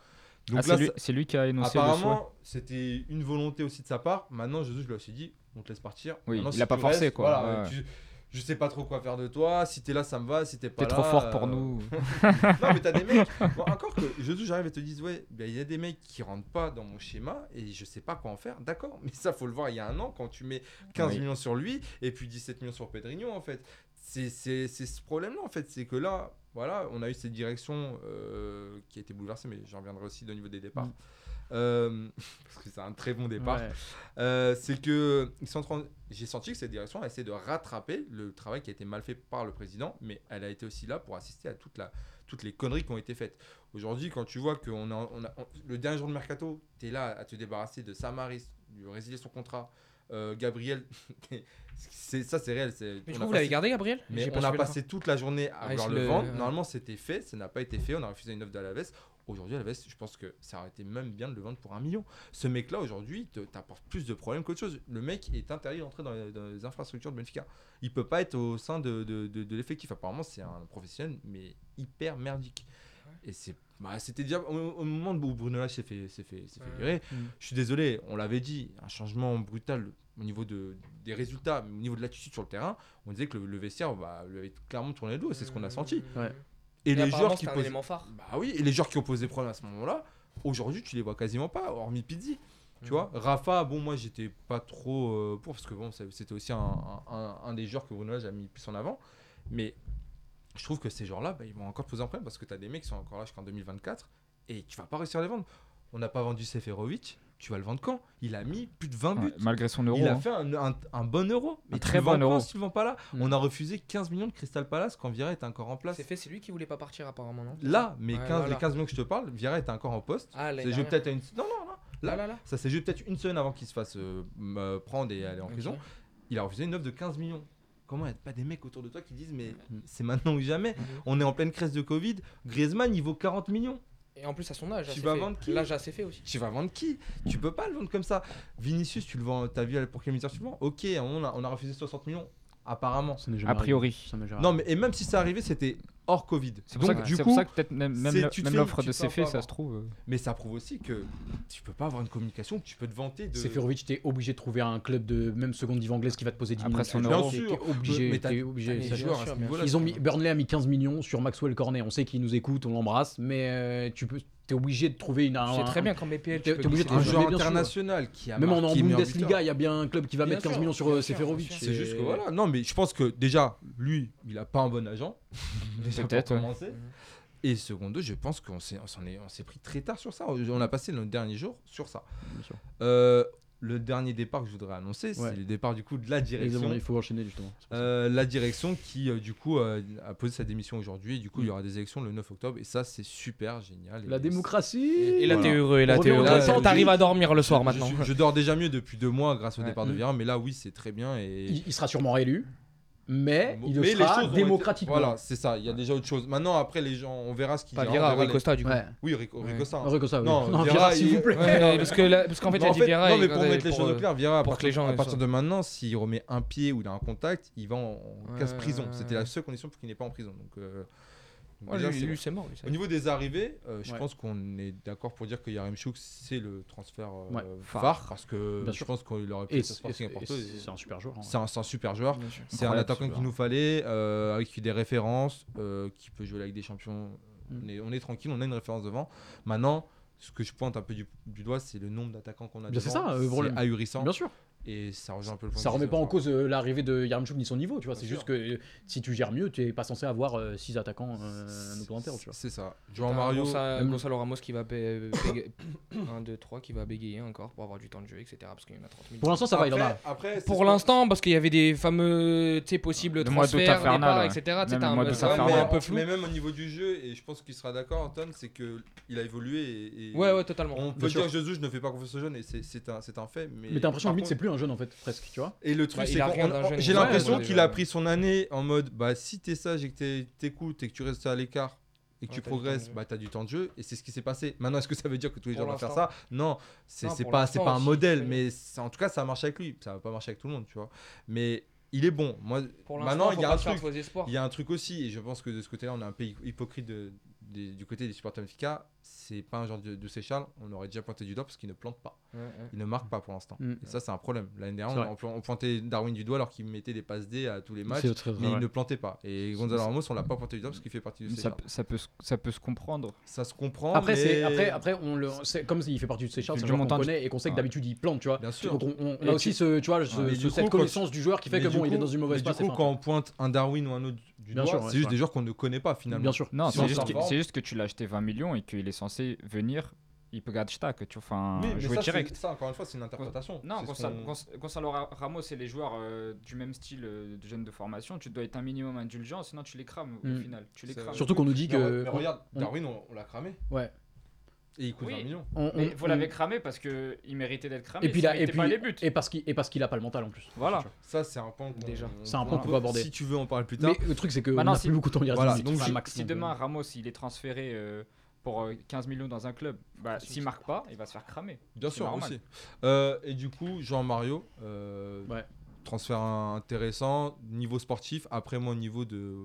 D: Donc
C: Ah, c'est
D: là,
C: lui-
D: ça-
C: c'est lui qui a énoncé le souhait.
D: apparemment, c'était une volonté aussi de sa part. Maintenant, Jésus, je lui suis dit, on te laisse partir.
C: Oui,
D: Maintenant,
C: il a pas
D: tu
C: forcé, quoi.
D: voilà,
C: Ouais.
D: tu- je sais pas trop quoi faire de toi. Si t'es là, ça me va. Si t'es pas
C: T'es
D: là.
C: trop fort pour
D: euh,
C: nous.
D: non, mais t'as des mecs. Bon, encore que je touche, j'arrive et te disent Ouais, ben, il y a des mecs qui rentrent pas dans mon schéma et je sais pas quoi en faire. D'accord, mais ça, faut le voir il y a un an quand tu mets 15
C: Oui.
D: millions sur lui et puis 17 millions sur Pedrinho, en fait. C'est c'est- c'est ce problème-là, en fait. C'est que là, voilà, on a eu cette direction euh, qui a été bouleversée, mais j'en reviendrai aussi au niveau des départs.
A: Mm.
D: Euh, parce que c'est un très bon départ.
A: Ouais.
D: Euh, c'est que ils sont en train- j'ai senti que cette direction a essayé de rattraper le travail qui a été mal fait par le président, mais elle a été aussi là pour assister à toute la, toutes les conneries qui ont été faites. Aujourd'hui, quand tu vois que on a, on a- on- le dernier jour de mercato, tu es là à te débarrasser de Samaris, de résilier son contrat, euh, Gabriel, c'est, ça c'est réel. c'est-
B: Mais je crois
D: on a
B: que vous
D: passé-
B: l'avez gardé, Gabriel
D: mais
B: J'ai pas
D: on a
B: suivi la
D: passé toute la journée à
B: Ah,
D: vouloir
B: il
D: le
B: le-
D: vendre. Normalement, c'était fait, ça n'a pas été fait. On a refusé une offre d'Alaves. Aujourd'hui, Alaves, je pense que ça aurait été même bien de le vendre pour un million. Ce mec-là, aujourd'hui, te- t'apporte plus de problèmes qu'autre chose. Le mec est interdit d'entrer dans, les- dans les infrastructures de Benfica. Il peut pas être au sein de, de- de- de l'effectif. Apparemment, c'est un professionnel, mais hyper merdique. Et c'est. bah, c'était déjà au, au moment où Bruno Lage s'est fait, s'est fait, s'est fait
B: Ouais.
D: virer.
A: Mm.
D: Je suis désolé, on l'avait dit, un changement brutal au niveau de, des résultats, mais au niveau de l'attitude sur le terrain on disait que le, le vestiaire bah, lui avait clairement tourné le dos, c'est ce qu'on a senti.
B: Ouais.
D: Et, les
B: Mmh. apparemment,
D: joueurs qui
B: c'était un
D: posent...
B: élément phare.
D: bah oui, et les joueurs qui ont posé problème à ce moment-là, aujourd'hui tu les vois quasiment pas, hormis Pizzi.
B: Mmh.
D: Tu vois, Rafa, bon, moi j'étais pas trop euh, pour parce que bon, ça- c'était aussi un, un- un- un des joueurs que Bruno Lage a mis plus en avant. Mais je trouve que ces joueurs-là, bah, ils vont encore poser un problème parce que tu as des mecs qui sont encore là jusqu'en 2024 et tu vas pas réussir à les vendre. On n'a pas vendu Seferovic, tu vas le vendre quand Il a mis plus de 20 buts.
C: Ouais, malgré son euro.
D: Il a
C: hein.
D: fait un, un- un bon euro.
C: Un
D: Mais
C: très
D: tu le vends
C: bon
D: quand
C: euro.
D: si tu le vends pas là
A: Mm.
D: On a refusé 15 millions de Crystal Palace quand Vieira était encore en place.
B: C'est fait, c'est lui qui voulait pas partir apparemment, non
D: Là, mais
B: Ouais,
D: 15,
B: voilà.
D: les 15 millions que je te parle, Vieira était encore en poste.
B: Ah, l'année
D: C'est joué
B: dernière.
D: peut-être à une. Non, non, non.
B: Là, là, là.
D: Ça s'est joué peut-être une semaine avant qu'il se fasse euh, m- euh, prendre et aller en prison.
B: Ok.
D: Il a refusé une offre de 15 millions. Comment il n'y a pas des mecs autour de toi qui disent mais
A: Mm.
D: c'est maintenant ou jamais
B: Mhm.
D: On est en pleine crise de Covid. Griezmann, il vaut 40 millions.
B: Et en plus, à son âge,
D: Tu
B: assez
D: vas
B: fait.
D: vendre qui
B: L'âge assez fait aussi.
D: Tu vas vendre qui Tu peux pas le vendre comme ça. Vinicius, tu le vends. T'as vu pour quelle misère tu le vends Ok, on a, on a refusé 60 millions. Apparemment.
A: Ça n'est jamais
C: A priori.
A: arrivé. Ça n'est jamais
D: Non, mais et même si c'est arrivé, c'était hors Covid.
C: C'est pour,
D: Donc,
C: ça que-
D: du
C: c'est
D: coup,
C: pour ça que peut-être même, même
D: c'est-
C: le-
D: tu te
C: même
D: fais-
C: l'offre
D: tu
C: de
D: te fais
C: CF, ça
D: avoir.
C: se trouve. euh,
D: mais ça prouve aussi que tu peux pas avoir une communication que tu peux te vanter de.
A: Seferovic, t'es obligé de trouver un club de même seconde div anglaise qui va te poser 10
C: Après
A: millions.
C: son
A: T'es-
C: euro.
A: t'es-
D: Bien
A: t'es
D: sûr.
A: obligé,
D: Mais t'as-
A: t'es obligé.
B: mais
A: ça-
D: les
B: bien
D: joueurs à
B: sûr,
D: ce
B: bien
D: niveau-là.
A: Ils ont mis,
D: tu vois.
A: Burnley a mis 15 millions sur Maxwell Cornet. On sait qu'il nous écoute, on l'embrasse, mais euh, tu peux, t'es obligé de trouver une. un-
B: C'est très
A: un-
B: bien quand BPL.
A: t'es-
B: tu peux
A: t'es obligé
B: glisser
A: de-
D: un
B: des
A: joueurs
D: joueur
A: bien sûr.
D: international qui a
A: Même en, en
D: marqué meilleur buteur.
A: Bundesliga, il y a bien un club qui va
B: Bien
A: mettre
B: sûr,
A: 15 millions sur
B: bien
A: euh,
B: sûr,
A: Seferovic.
B: bien sûr.
D: C'est juste que voilà. Non, mais je pense que déjà, lui, il a pas un bon agent. Déjà pour
C: Peut-être, ouais.
D: commencer.
B: Mhm.
D: Et secondo, je pense qu'on s'est on s'en est, on s'est pris très tard sur ça. On a passé nos derniers jours sur ça.
A: Bien sûr.
D: Euh, le dernier départ que je voudrais annoncer,
A: Ouais.
D: c'est le départ du coup de la
A: Exactement,
D: direction.
A: il faut enchaîner justement. C'est pour ça.
D: Euh, la direction qui euh, du coup euh, a posé sa démission aujourd'hui. Et Du
B: Mm.
D: coup, il y aura des élections le 9 octobre. Et ça, c'est super génial. Et
A: La
D: c'est-
A: démocratie
B: Et là,
D: Voilà.
B: t'es heureux. Et là,
A: On
B: t'es
A: revient
B: heureux.
A: au
D: classement.
B: T'arrives à dormir le soir
D: Je-
B: maintenant. Mm.
D: Je, je dors déjà mieux depuis deux mois grâce au
C: Ouais.
D: départ de Vieira, mais là oui c'est très bien et Ah,
A: Il, il sera sûrement réélu, mais il le
D: Mais les
A: sera
D: choses ont été-
A: démocratiquement.
D: Voilà, c'est ça. Il y a déjà autre chose. Maintenant, après, les gens, on verra ce qu'il
B: Pas
D: dira,
B: Vieira,
D: on verra
B: oui,
D: les-
B: Costa, du coup.
A: Ouais.
D: Oui, Rico,
B: Ouais.
D: Rico Sarr.
A: Rico Sarr, oui.
D: Non,
A: Non,
D: Vieira,
A: Vieira, s'il
D: il-
A: vous plaît.
D: Ouais,
B: Ouais, parce que là- parce qu'en fait,
D: Mais
B: il a
D: en
B: dit
D: fait,
B: Vieira,
D: non,
B: il
D: mais pour
B: regardait
D: mettre les
B: pour,
D: choses au
B: euh,
D: clair, Vieira, à
B: pour que
D: partir,
B: les gens,
D: à
B: euh,
D: partir
B: soient-
D: de maintenant, s'il remet un pied ou il a un contact, il va en, en
B: Ouais,
D: casse prison.
B: ouais, ouais.
D: C'était la seule condition pour qu'il n'est pas en prison. Donc, euh,
B: Ouais,
D: déjà,
B: lui,
D: c'est
B: lui,
D: bon.
B: c'est mort. lui, ça.
D: Au niveau des arrivées, euh, je
A: Ouais.
D: pense qu'on est d'accord pour dire que Yaremchuk, c'est le transfert euh,
A: Ouais.
D: phare,
C: Phare.
D: parce que
A: Bien
D: je
A: sûr.
D: pense qu'il aurait pu
A: Et
D: être au
A: c'est et
D: Sporting à
A: c'est-
D: Porto.
A: et c'est un super joueur. hein.
D: C'est un, c'est un super joueur.
B: Bien sûr.
D: C'est un
C: Incroyable,
D: attaquant
C: super.
D: qu'il nous fallait, euh, avec des références, euh, qui peut jouer avec des champions.
A: Mm.
D: On, est, on est tranquille, on a une référence devant. Maintenant, ce que je pointe un peu du, du doigt, c'est le nombre d'attaquants qu'on a
A: Bien, c'est
D: devant.
A: ça, euh, problème.
D: ahurissant.
A: Bien sûr.
D: Et ça rejoint un peu le point
A: Ça
D: de
A: remet
D: vue,
A: pas en
D: enfin,
A: cause euh, l'arrivée de Yarmchuk ni son niveau, tu vois.
D: Bien
A: C'est
D: sûr.
A: juste que euh, si tu gères mieux, tu n'es pas censé avoir 6 attaquants euh,
D: c'est-
A: supplémentaires, tu vois.
D: C'est ça. Joan
B: T'as
D: Mario.
B: Gonça-
A: Mm.
B: Gonzalo Ramos qui va 1, 2, 3 qui va bégayer encore pour avoir du temps de jeu, etc. Parce qu'il y en a 30 000.
A: Pour l'instant, ça va, il en a.
D: Après- après, c'est ce
B: Pour
D: qu'on-
B: l'instant, parce qu'il y avait des fameux tu sais, possibles
C: Le mois d'août
B: transferts,
C: infernal,
B: départs,
C: ouais.
B: etc. Tu sais,
C: Même
B: t'as
C: le
B: un
C: mois d'août
D: Ouais,
B: programme
D: mais,
B: un peu flou.
D: mais même au niveau du jeu, et je pense qu'il sera d'accord, Anton, c'est que il a évolué. Et, et
B: Ouais, ouais, totalement.
D: On
A: Bien
D: peut
A: sûr.
D: dire que Jesus ne fait pas confiance aux jeunes, et c'est- c'est un, c'est un fait. Mais,
A: Mais t'as l'impression
D: par
A: que limite,
D: contre-
A: c'est plus un jeune en fait, presque, tu vois.
D: Et le truc,
B: Bah,
D: c'est
B: il a rien
D: qu'on-
B: d'un
D: on-
B: jeune
D: J'ai
B: joueur,
D: l'impression
B: ouais,
D: qu'il
B: déjà.
D: a pris son année en mode bah, si t'es sage et que t'es- t'écoutes et que tu restes à l'écart et que
B: Ouais, t'as du
D: tu
B: temps de
D: progresses,
B: jeu.
D: bah t'as du temps de jeu et c'est ce qui s'est passé. Maintenant, est-ce que ça veut dire que tous les
B: Pour
D: gens vont faire
B: l'instant.
D: ça Non, c'est
B: Non,
D: c'est
B: pour
D: pas, c'est
B: l'instant
D: pas un
B: aussi,
D: modèle,
B: oui.
D: mais c'est- en tout cas, ça a marché avec lui. Ça va pas marcher avec tout le monde, tu vois. Mais il est bon. Moi,
B: Pour
D: maintenant,
B: l'instant,
D: il y a un truc.
B: Faux espoirs.
D: Il y a un truc aussi, et je pense que de ce côté-là, on est un peu hy- hypocrite de- des- du côté des supporters Benfica. C'est pas un genre de, de Seychelles, on aurait déjà pointé du doigt parce qu'il ne plante pas.
B: Ouais, ouais.
D: Il ne marque pas pour l'instant.
A: Mm.
D: Et ça, c'est un problème. L'année
A: C'est
D: dernière,
A: vrai.
D: on, plan- on pointait Darwin du doigt alors qu'il mettait des passes D à tous les matchs,
A: C'est très-
D: mais
A: ouais.
D: il ne plantait pas. Et Gonzalo Ramos, on l'a pas pointé du doigt parce qu'il fait partie du
C: Ça,
D: Seychelles.
C: ça peut, se- ça peut se comprendre.
D: Ça se comprend.
A: Après,
D: mais-
A: c'est après, après, on le, c'est comme il fait partie de ces charts,
C: Du
A: c'est un joueur qu'on
C: montant du-
A: connaît et qu'on sait que
C: Ouais.
A: d'habitude il plante, tu vois.
D: Bien sûr.
A: Donc on, on- on
D: Et
A: a
D: tu-
A: aussi ce, tu vois, ce-
D: Ouais, mais
A: ce-
D: du
A: cette
D: coup, quand
A: connaissance du joueur qui fait
D: Mais
A: que
D: du
A: bon, il est
D: coup-
A: dans une mauvaise
D: mais
A: passe.
D: Du
A: et
D: coup,
A: fin,
D: quand on pointe un Darwin ou un autre du
A: Bien
D: doigt,
A: sûr, ouais,
D: c'est
A: c'est
D: juste
A: vrai.
D: des joueurs qu'on ne connaît pas finalement.
A: Bien sûr.
C: Non,
D: Si
C: c'est
D: on
C: juste,
D: s'en
C: que-
D: vend-
C: c'est juste que tu l'as acheté 20 millions et qu'il est censé venir. Il peut garder stack, tu vois, enfin,
D: Oui, mais
C: jouer
D: ça,
C: direct.
D: c'est- ça, encore une fois, c'est une interprétation.
C: Non,
D: C'est ce
C: Gonzalo,
D: qu'on-
C: Gonz- Gonzalo Ra- Ramos et les joueurs euh, du même style euh, de jeunes de formation, tu dois être un minimum indulgent, sinon tu les crames au
A: Mm.
C: final. Tu les
D: C'est-
C: crames.
A: Surtout qu'on nous dit
D: Mais re-
A: que.
D: mais regarde,
A: on-
D: Darwin, on, on l'a cramé.
A: Ouais.
D: Et il coûte
C: Oui.
D: 20 millions.
A: on-
C: Mais
A: on-
C: vous l'avez cramé parce qu'il méritait d'être cramé.
A: Et puis
C: s'il
A: là, et
C: mettait
A: puis
C: pas les buts.
A: et parce qu'il et parce qu'il a pas le mental en plus.
C: Voilà.
D: Ça, c'est un point qu'on.
B: Déjà.
D: on-
A: C'est un
D: on
A: point qu'on peut aborder.
D: Si tu veux, on parle plus tard.
A: Mais le truc c'est que on
C: Maintenant,
A: a
C: Bah si-
A: plus beaucoup de temps hier.
D: Voilà, donc
B: Bah,
A: donc
D: si-
C: Si- si demain Ramos il est transféré euh, pour euh, 15 millions dans un club,
D: Ah,
C: bah, s'il marque pas, il va se faire cramer.
D: Bien
C: C'est
D: sûr,
C: normal.
D: aussi. Euh, et du coup, Jean-Mario, euh,
A: Ouais.
D: transfert intéressant, niveau sportif, après moi, au niveau de,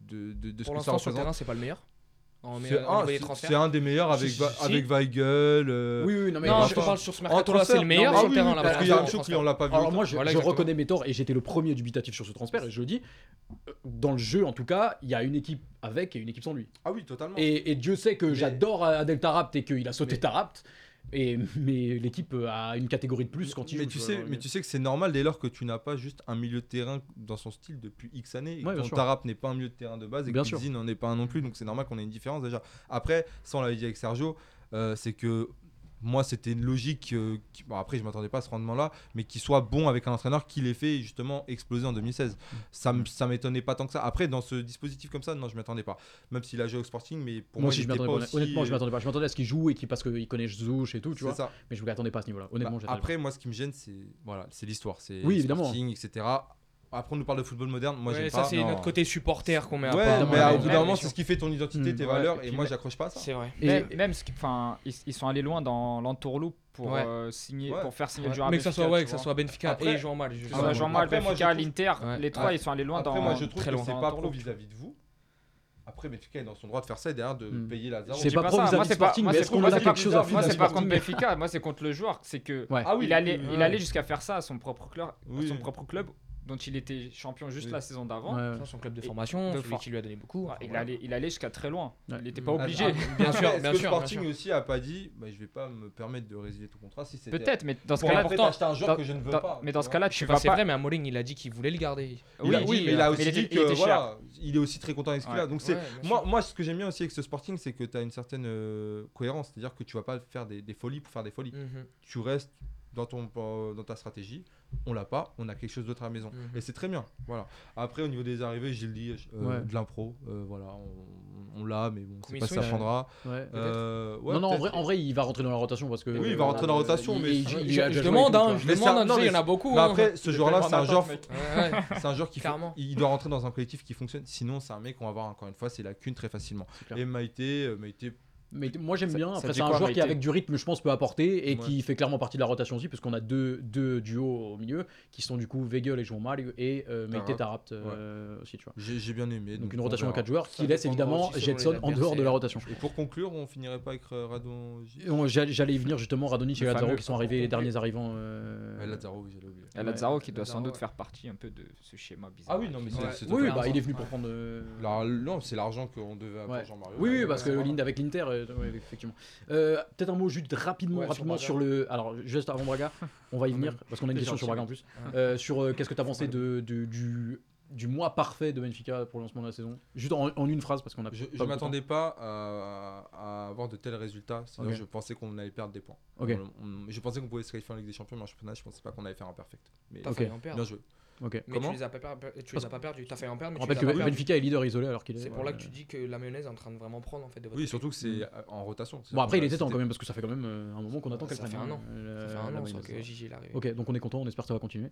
D: de, de, de ce
B: Pour
D: que ça
B: l'instant, sur le
D: représente.
B: terrain, c'est pas le meilleur. En
D: C'est
B: meilleur- au
D: un,
B: niveau des
D: c'est-
B: transferts.
D: c'est un des meilleurs avec,
B: Si,
D: Va-
B: si, si.
D: avec Weigel. euh,
A: Oui, oui, non mais
B: Non,
D: Enfin,
B: je te parle sur ce
D: en
B: mercato-là, c'est
D: transfert.
B: le meilleur
D: Ah
B: sur
D: oui,
B: le terrain.
D: oui,
B: là,
D: Parce
B: pour
D: qu'il y a un
B: l'instant,
D: truc
B: en
D: on l'a pas vu.
A: Alors moi, je,
B: Voilà,
A: je
B: exactement.
A: reconnais mes torts et j'étais le premier dubitatif sur ce transfert et je le dis. euh, Dans le jeu, en tout cas, il y a une équipe avec et une équipe sans lui.
D: Ah oui, totalement.
A: Et, et Dieu sait que
D: Mais-
A: j'adore Adel Tarapt et qu'il a sauté
D: Mais-
A: Tarapt. Et, mais l'équipe a une catégorie de plus quand il
D: mais
A: joue,
D: tu
A: vois,
D: sais,
A: alors,
D: mais tu sais que c'est normal dès lors que tu n'as pas juste un milieu de terrain dans son style depuis X années. Et
A: Ouais,
D: que
A: bien
D: ton
A: sûr.
D: Tarap n'est pas un milieu de terrain de base et
A: Bien
D: que
A: sûr.
D: Pizzi n'en est pas un non plus. Donc c'est normal qu'on ait une différence déjà. Après, ça on l'avait dit avec Sergio, euh, c'est que moi, c'était une logique. euh, qui- bon, après, je m'attendais pas à ce rendement-là, mais qui soit bon avec un entraîneur qui l'ait fait justement exploser en 2016.
A: Mm.
D: Ça m- ça m'étonnait pas tant que ça. Après, dans ce dispositif comme ça, non, je m'attendais pas. Même s'il a joué au Sporting, mais pour
A: moi
D: moi,
A: aussi,
D: il
A: je
D: était
A: m'attendais
D: pas
A: pas.
D: aussi- euh,
A: Honnêtement, je m'attendais pas. Je m'attendais à ce qu'il joue et qu'il parce qu'il connaît Zouch et tout, tu
D: C'est
A: vois.
D: ça.
A: Mais je ne m'attendais pas à ce niveau-là.
D: Bah,
A: Honnêtement, j'attendais
D: après, moi, ce qui me gêne, c'est voilà, c'est l'histoire, c'est
A: Oui,
D: le
A: évidemment.
D: Sporting, etc. Après, on nous parle de football moderne. Moi,
B: Ouais,
D: j'aime
B: ça,
D: pas.
B: c'est
D: Non.
B: notre côté supporter qu'on met à
D: Ouais,
B: part.
D: mais au bout
C: Ouais,
D: d'un
C: bien
D: moment,
B: sûr.
D: c'est ce qui fait ton identité,
A: Mm,
D: tes
C: ouais,
D: valeurs,
C: et
D: et
C: puis
D: moi,
C: même-
D: j'accroche pas à ça.
B: C'est vrai.
A: Et-
C: même, même ce qui- enfin, ils, ils sont allés loin dans l'entourloupe pour
B: Ouais.
C: euh, signer,
D: Ouais.
C: pour faire signer
B: Ouais.
C: le joueur. à
B: Mais que ça
C: Benfica,
B: soit, ouais,
C: tu
B: que ça
C: vois. Ah,
B: soit Benfica
D: Après-
B: et Jean Mal. je-
C: Que ça soit
D: Ouais.
C: Jean-Marc,
D: Après, moi, je
C: Benfica,
D: trouve-
C: l'Inter,
B: Ouais.
C: les trois,
D: Ouais.
C: ils sont allés loin
D: Après,
C: dans.
D: moi, je trouve
B: très
D: que
B: loin
D: c'est
C: dans
D: pas pro
C: l'entourloupe.
D: vis-à-vis de vous. Après, Benfica est dans son droit de faire ça et derrière de
A: Hmm.
D: payer Lazare.
A: C'est
C: Je
A: pas
C: dis
A: pro
C: ça,
A: vis-à-vis
C: moi,
A: du
C: c'est pas-
A: Sporting,
C: moi,
A: mais
C: c'est
A: est-ce
C: pour-
A: qu'on
C: moi,
A: en a
C: c'est pas-
A: quelque chose à
C: Moi,
A: foutre
C: c'est
A: du
C: pas contre
A: Sporting
C: Benfica, moi, c'est contre le joueur. C'est que
A: Ouais.
D: Ah oui,
C: il allait, il
B: Ouais.
C: allait jusqu'à faire ça à son propre club,
D: Oui.
C: à son propre club dont il était champion juste
D: Oui.
C: la saison
A: Ouais,
C: d'avant.
A: ouais.
B: Son club de
C: Et-
B: formation,
C: de
B: celui
C: for-
B: qui lui a donné beaucoup.
C: Ouais,
B: enfin,
C: Il
B: voilà.
C: allait, il allait jusqu'à très loin.
A: Ouais.
C: Il n'était
B: Mm.
C: pas
B: Ah,
C: obligé.
B: Bien sûr,
D: Après, est-ce
B: bien sûr,
D: que
B: bien
D: Sporting
B: sûr.
D: aussi a pas dit bah, je vais pas me permettre de résilier ton contrat si c'était.
C: Peut-être, mais dans ce
D: Pour
C: cas-là,
D: après,
B: pourtant,
D: t'acheter un
C: dans-
D: joueur que je ne veux
C: dans-
D: pas.
C: mais
D: tu
C: dans ce
D: vois.
C: cas-là, tu vas
B: Enfin, c'est
C: pas.
B: vrai, mais Amorim, il a dit qu'il voulait le garder.
D: Il a- oui, mais il a aussi dit que voilà, il est aussi très content avec ce qu'il a.
C: Ouais.
D: Donc c'est
B: Ouais, bien sûr.
D: moi, moi, ce que j'aime bien aussi avec ce Sporting, c'est que tu as une certaine euh, cohérence, c'est-à-dire que tu vas pas faire des, des folies pour faire des
A: Mm.
D: folies.
B: Mhm,
D: Tu restes dans ton euh, dans ta stratégie. On l'a pas, on a quelque chose d'autre à la maison.
B: mhm.
A: Mm-hmm.
D: Et c'est très bien. Voilà. Après, au niveau des arrivées, j'ai le dit, euh,
A: Ouais.
D: de l'impro. euh, voilà, on, on l'a, mais bon, c'est
B: Commission,
D: pas ça
A: ouais.
D: prendra.
A: Ouais.
D: Euh, ouais,
A: non, non, en
D: peut-être.
A: vrai, en vrai, il va rentrer dans la rotation parce que.
D: Oui, il va rentrer dans la rotation,
A: il-
D: mais-
A: il-
B: Je,
A: il-
B: je-
A: il a
B: je
A: déjà joué
B: demande,
A: avec
B: hein,
A: lui,
B: je
D: Mais
B: demande,
D: ça-
B: hein,
D: non,
B: tu sais, il y
D: mais
B: en a beaucoup.
D: Mais
B: hein.
D: après, ce joueur-là, c'est un joueur.
B: Ouais, ouais.
D: C'est un joueur qui
B: Clairement.
D: il doit rentrer dans un collectif qui fonctionne. Sinon, c'est un mec qu'on va avoir encore une fois ses lacunes très facilement.
A: C'est clair.
D: Et Maïté, euh, Maïté,
A: Mais t- moi j'aime
C: Ça-
A: bien.
C: ça
A: Après,
C: dit
A: c'est un
C: quoi,
A: joueur qui,
C: Maïté
A: avec du rythme, je pense, peut apporter et
D: Ouais.
A: qui fait clairement partie de la rotation aussi, parce qu'on a deux, deux duos au milieu qui sont du coup Vegel et Jean Mal et euh, Meite
D: Tarap.
A: Tarapt euh, aussi, tu vois.
D: j'ai j'ai bien aimé.
A: Donc une
D: on
A: rotation à
D: verra.
A: 4 joueurs
B: Ça
A: qui laisse
B: dépendra
A: évidemment
B: aussi selon
A: Jetson
B: les
A: en dehors de la
B: adversaires.
A: rotation.
D: Et pour conclure, on finirait pas avec euh, Radon.
A: Et on- J'allais j'allais y venir justement Radonjic et
C: Le
A: Lazaro
C: fameux
A: qui sont arrivés les
C: contre-
A: derniers arrivants. euh,
D: Ouais, Lazaro, oui, j'allais oublier.
C: Et Lazaro qui doit
B: Lazaro,
C: sans doute
B: ouais.
C: faire partie un peu de ce schéma bizarre.
D: Ah oui, non, mais c'est.
B: Ouais.
D: c'est
A: Oui, oui,
D: totalement-
A: bah, il est venu pour
B: Ouais.
A: prendre. euh,
D: La- Non, c'est l'argent qu'on devait avoir
A: Ouais.
D: Jean-Mario.
A: Oui, oui,
D: Ouais,
A: parce que
D: voilà.
A: l'Inde avec l'Inter, euh, ouais, effectivement. Euh, Peut-être un mot juste rapidement,
B: Ouais, sur
A: rapidement
B: Braga.
A: sur, le. Alors, juste avant Braga, on va y
B: Quand
A: venir,
B: même.
A: parce qu'on a une
C: T'es
A: question sur
C: gentil,
A: Braga en plus. Euh, sur euh, qu'est-ce que tu as pensé de, de- du, du mois parfait de Benfica pour le lancement de la saison Juste en, en une phrase, parce qu'on a. pas
D: Je, je
A: beaucoup de
D: m'attendais pas à, à avoir de tels résultats. C'est-à-dire,
A: Ok.
D: Je pensais qu'on allait perdre des points.
A: temps. Ok,
D: On- on- je pensais qu'on pouvait se qualifier en Ligue des Champions, mais en championnat, je pensais pas qu'on allait faire un perfect. Mais
B: T'as
A: Ok.
B: failli en perdre.
D: bien joué.
A: ok.
B: Mais
D: Comment
B: tu les as pas, per- tu les as pas perdus. T'as failli en perdre,
A: On
B: mais
A: rappelle
B: tu les as
A: que
B: pas perdus.
A: Benfica est leader isolé alors qu'il est.
B: C'est pour là que
A: ouais.
B: tu dis que la mayonnaise est en train de vraiment prendre en fait de votre
D: Oui,
B: équipe.
D: surtout que c'est euh, en rotation.
A: Mm. Bon, après, il était
D: C'était-
A: temps quand même, parce que ça fait quand même euh, un moment qu'on attend
B: Ça
A: qu'elle
B: fait
A: prenne,
B: un an.
A: euh,
B: Ça fait
A: la- la
B: un an sans
A: Mayonnaise.
B: que JJ l'arrive.
A: Ok, donc on est content, on espère que ça va continuer.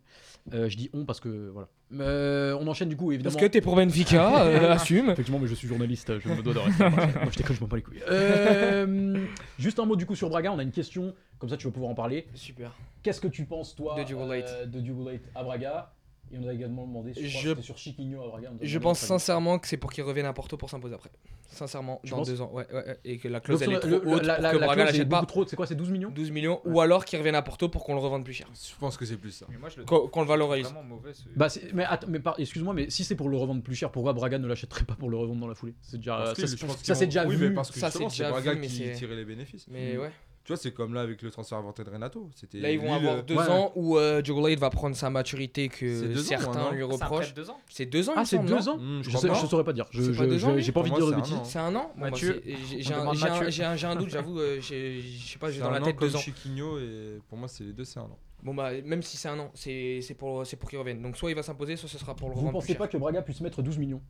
A: Euh, je dis on parce que voilà. Euh, on enchaîne du coup, évidemment.
B: t'es pour Benfica, euh, assume.
A: Effectivement, mais je suis journaliste, je me dois de rester. impartial. Moi, je déconne, je m'en bats les couilles. Euh, juste un mot du coup sur Braga, on a une question, comme ça tu vas pouvoir en parler.
B: Super.
A: Qu'est-ce que tu penses, toi, euh,
B: De Diogo Leite.
A: de Diogo Leite à Braga Et on nous a également demandé sur, je...
B: Je-
A: crois que c'était sur Chiquinho à Braga. on nous a
B: Je
A: demandé
B: pense
A: notre avis.
B: sincèrement que c'est pour qu'il revienne à Porto pour s'imposer après. Sincèrement,
A: Tu
B: dans
A: penses
B: deux ans. Ouais, ouais, ouais. Et que la
A: Donc,
B: clause elle est
A: sur
B: trop
A: le- le-
B: haute
A: la,
B: pour
A: la-
B: que
A: la
B: Braga
A: clause est
B: l'achète
A: beaucoup
B: pas.
A: trop, c'est quoi, c'est 12 millions
B: 12 millions.
A: Ouais.
B: Ou alors qu'il revienne à Porto pour qu'on le revende plus cher.
D: Je pense que c'est plus ça.
A: Euh,
C: Mais moi, je le
B: Qu'on qu'on le
C: trouve
B: valorise.
C: vraiment mauvais. ce-
A: bah, c'est- mais, attends, mais par- excuse-moi, mais si c'est pour le revendre plus cher, pourquoi Braga ne l'achèterait pas pour le revendre dans la foulée C'est déjà,
D: Parce que
A: ça,
D: je
A: c'est-
D: pense
A: ça,
D: qu'ils
A: c'est
D: vont-
A: déjà
D: oui,
A: vu.
D: mais parce que
B: Ça,
D: justement,
B: c'est
D: c'est
B: déjà
D: Braga
B: vu, mais
D: qui
B: c'est-
D: tirait les bénéfices.
A: Mmh.
B: Mais ouais.
D: Tu vois, c'est comme là avec le transfert inventé de Renato. C'était
B: Là, ils vont
D: Lille,
B: avoir deux
A: ouais.
B: ans où euh, Diogo Leite va prendre sa maturité
D: C'est
B: que
D: deux ans,
B: certains
D: non
B: lui
C: C'est un prêt
B: reprochent.
C: de deux ans.
B: C'est deux ans, il
A: Ah,
B: me
A: c'est
B: semble,
A: deux
B: non
A: ans
D: Hmm, je
A: Je
D: crois
A: sais-
D: pas.
A: je saurais pas dire. Je-
B: C'est pas deux
A: je-
B: ans,
A: je- J'ai pas
D: Pour
A: envie de
D: moi,
A: dire de
D: c'est un
A: bêtises.
D: an.
B: C'est un an Bon, bah,
C: Mathieu,
B: c'est- j'ai-
C: on
B: J'ai un,
C: demande
B: j'ai un-
C: Mathieu.
B: j'ai un- j'ai un doute, j'avoue. euh, j'ai- je sais pas, j'ai
D: C'est
B: dans
D: un
B: la
D: an
B: tête
D: comme
B: deux ans.
D: Chiquinho et pour moi, c'est les deux, c'est un an.
B: Bon, bah, même si c'est un an, c'est c'est pour, c'est pour qu'il revienne. Donc, soit il va s'imposer, soit ce sera pour le
A: Vous
B: revendre.
A: pensez
B: plus
A: pas que Braga puisse mettre 12 millions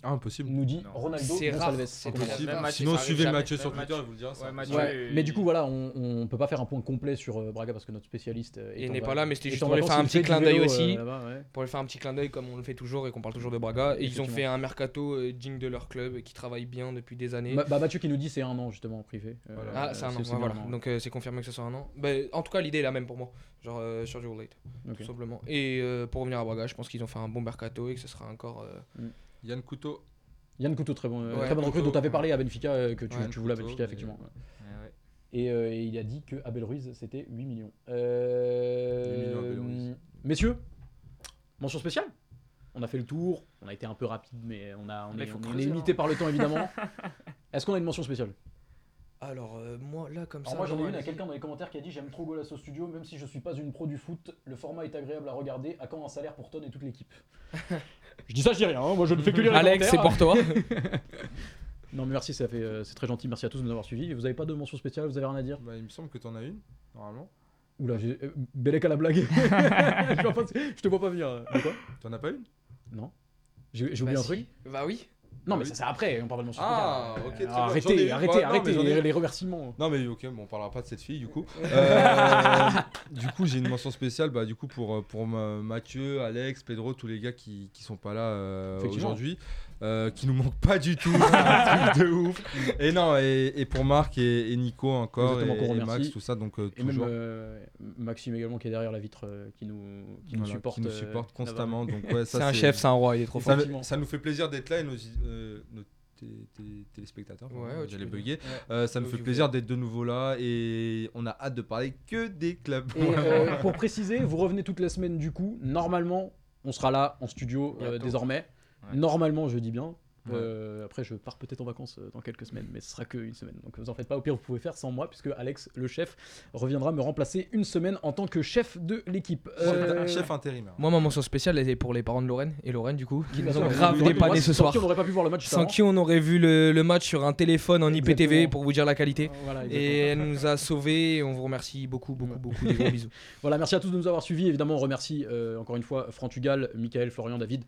D: Ah, impossible.
A: Nous dit
C: Non.
A: Ronaldo
B: C'est rare,
A: Gonçalves.
B: c'est
A: Comment-
B: très rare.
D: Impossible.
C: Même match,
D: Sinon,
C: ça arrive
D: suivez
C: jamais.
D: Mathieu sur
C: Même match.
D: Twitter, il vous le hein, dira. c'est
C: Ouais,
D: impossible.
C: Mathieu.
A: Ouais, mais du coup, voilà, on, on peut pas faire un point complet sur euh, Braga parce que notre spécialiste euh, est
B: Il
A: en
B: n'est
A: va-
B: pas là, mais c'était
A: est
B: juste
A: en
B: pour lui
A: vacances,
B: faire un
A: il
B: petit
A: fait du
B: clin d'œil
A: vélo, euh,
B: aussi.
A: là-bas, ouais.
B: Pour lui faire un petit clin d'œil, comme on le fait toujours et qu'on parle toujours de Braga. Et ils ont
A: Effectivement.
B: fait un mercato euh, digne de leur club qui travaille bien depuis des années.
A: Ma- bah, Mathieu qui nous dit c'est un an justement en privé. Euh,
D: Voilà.
B: ah, c'est un an, ouais,
A: bien
B: voilà.
A: un an,
B: Donc, euh, c'est confirmé que ce soit un an. Bah, en tout cas, l'idée est la même pour moi. Genre, euh, sur Diogo Leite,
A: ok.
B: tout simplement. Et euh, pour revenir à Braga, je pense qu'ils ont fait un bon mercato et que ce sera encore. euh,
D: Yann Couteau.
A: Yann Couteau, très bon, euh,
B: Ouais,
A: très bonne recrue
B: Couteau,
A: dont tu avais
B: ouais.
A: parlé à Benfica, euh, que tu,
B: Ouais,
A: tu voulais à
D: Couteau,
A: Benfica,
D: mais-
A: effectivement.
C: Ouais, ouais.
A: Et, euh, et il a dit que Abel Ruiz c'était 8 millions.
D: 8 millions, Abel
A: Euh...
D: Ruiz.
A: Messieurs, mention spéciale on a fait le tour, on a été un peu rapide, mais on, a, on
C: Mais
A: est,
C: faut
A: on est
C: creuser,
A: limité
C: hein.
A: par le temps évidemment. Est-ce qu'on a une mention spéciale
B: Alors, euh, moi, là, comme ça.
A: Alors Ah, moi j'en ai
B: vraiment,
A: une à
B: allez-y.
A: quelqu'un dans les commentaires qui a dit j'aime trop Golasso Studio même si je suis pas une pro du foot le format est agréable à regarder à quand un salaire pour Ton et toute l'équipe. je dis ça je dis rien hein, moi je ne fais que lire les
B: Alex, c'est
A: commentaires.
B: pour toi.
A: Non, mais merci, ça fait, euh, c'est très gentil. Merci à tous de nous avoir suivis. Vous avez pas de mention spéciale, vous avez rien à dire
D: Bah, il me semble que t'en as une, normalement.
A: Oula, j'ai. euh, Belek à la blague. je, vois pas- je te vois pas venir. De quoi
D: T'en as pas une
A: Non. J'ai j'ai oublié
B: Bah
A: un truc
B: si. Bah oui.
A: Non,
D: Bah
A: mais
D: oui.
A: ça c'est après, on parle pas de mention
D: Ah,
A: spéciale.
D: ok, très bien.
A: Euh, Arrêtez,
D: J'en ai-
A: arrêtez,
D: Ouais, non,
A: arrêtez
D: mais j'en ai-
A: les, les remerciements.
D: Non mais ok, bon, on parlera pas de cette fille du coup. Euh, du coup, j'ai une mention spéciale bah, du coup pour, euh, pour ma- Mathieu, Alex, Pedro, tous les gars qui, qui sont pas là euh,
A: Effectivement.
D: aujourd'hui, euh, qui nous manquent pas du tout, c'est un truc de ouf. Et non, et, et pour Marc et, et Nico encore,
A: Exactement,
D: et,
A: qu'on
D: et
A: remercie.
D: Max, tout ça, donc euh,
A: Et même
D: toujours.
A: euh, Maxime également qui est derrière la vitre, euh, qui nous, qui nous
D: voilà,
A: supporte.
D: qui nous
A: euh,
D: supporte
A: là-bas.
D: constamment. Donc, ouais, ça,
B: C'est un chef, c'est un roi, il est trop
D: Ça,
B: fort.
A: Effectivement.
D: ça nous fait plaisir d'être là et nos, euh, nos té- té- téléspectateurs,
B: Ouais, ouais, tu
D: j'allais
B: peux
D: bugger. Euh, ça nous
B: Nos
D: fait
B: viewers.
D: plaisir d'être de nouveau là et on a hâte de parler que des clubs.
A: Et euh, pour préciser, vous revenez toutes les semaines du coup. Normalement, on sera là en studio euh,
C: Bientôt.
A: désormais.
C: Ouais.
A: Normalement, je dis bien. Euh, après, je pars peut-être en vacances euh, dans quelques semaines, mais ce sera qu'une semaine. Donc, vous en faites pas. Au pire, vous pouvez faire sans moi, puisque Alex, le chef, reviendra me remplacer une semaine en tant que chef de l'équipe. Euh,
D: Chef, chef intérimaire.
B: Moi, ma mention spéciale, elle est pour les parents de Lorraine et Lorraine, du coup, qui nous
A: Attends, mais
B: ont grave
A: vous auriez- moi,
B: dépanné ce
A: sans
B: soir.
A: qui on n'aurait pas pu voir le match. hein. juste
B: Sans
A: avant.
B: qui on aurait vu le, le match sur un téléphone en IPTV
A: Exactement.
B: pour vous dire la qualité.
A: Voilà, exactement.
B: Et elle nous a sauvés et on vous remercie beaucoup, beaucoup, beaucoup. Des gros bisous.
A: Voilà, merci à tous de nous avoir suivis. Évidemment, on remercie euh, encore une fois Frantugal, Michael, Florian, David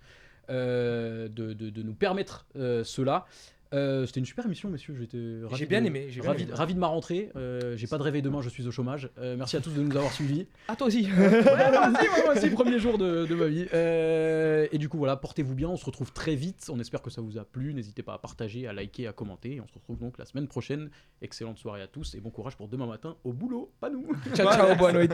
A: euh, de, de- de nous permettre euh, cela. Euh, C'était une super émission, messieurs. J'étais ravi
B: J'ai bien
A: de-
B: aimé. j'ai bien
A: Ravi,
B: aimé.
A: ravi de ma rentrée. Euh, J'ai pas de réveil demain, je suis au chômage. Euh, merci à tous de nous avoir suivis.
B: Ah, toi aussi.
A: Ouais, moi aussi, ouais, moi aussi, premier jour de, de ma vie. Euh, et du coup, voilà, portez-vous bien. On se retrouve très vite. On espère que ça vous a plu. N'hésitez pas à partager, à liker, à commenter. Et on se retrouve donc la semaine prochaine. Excellente soirée à tous et bon courage pour demain matin au boulot. Pas nous.
B: Ciao, ciao, bonne nuit.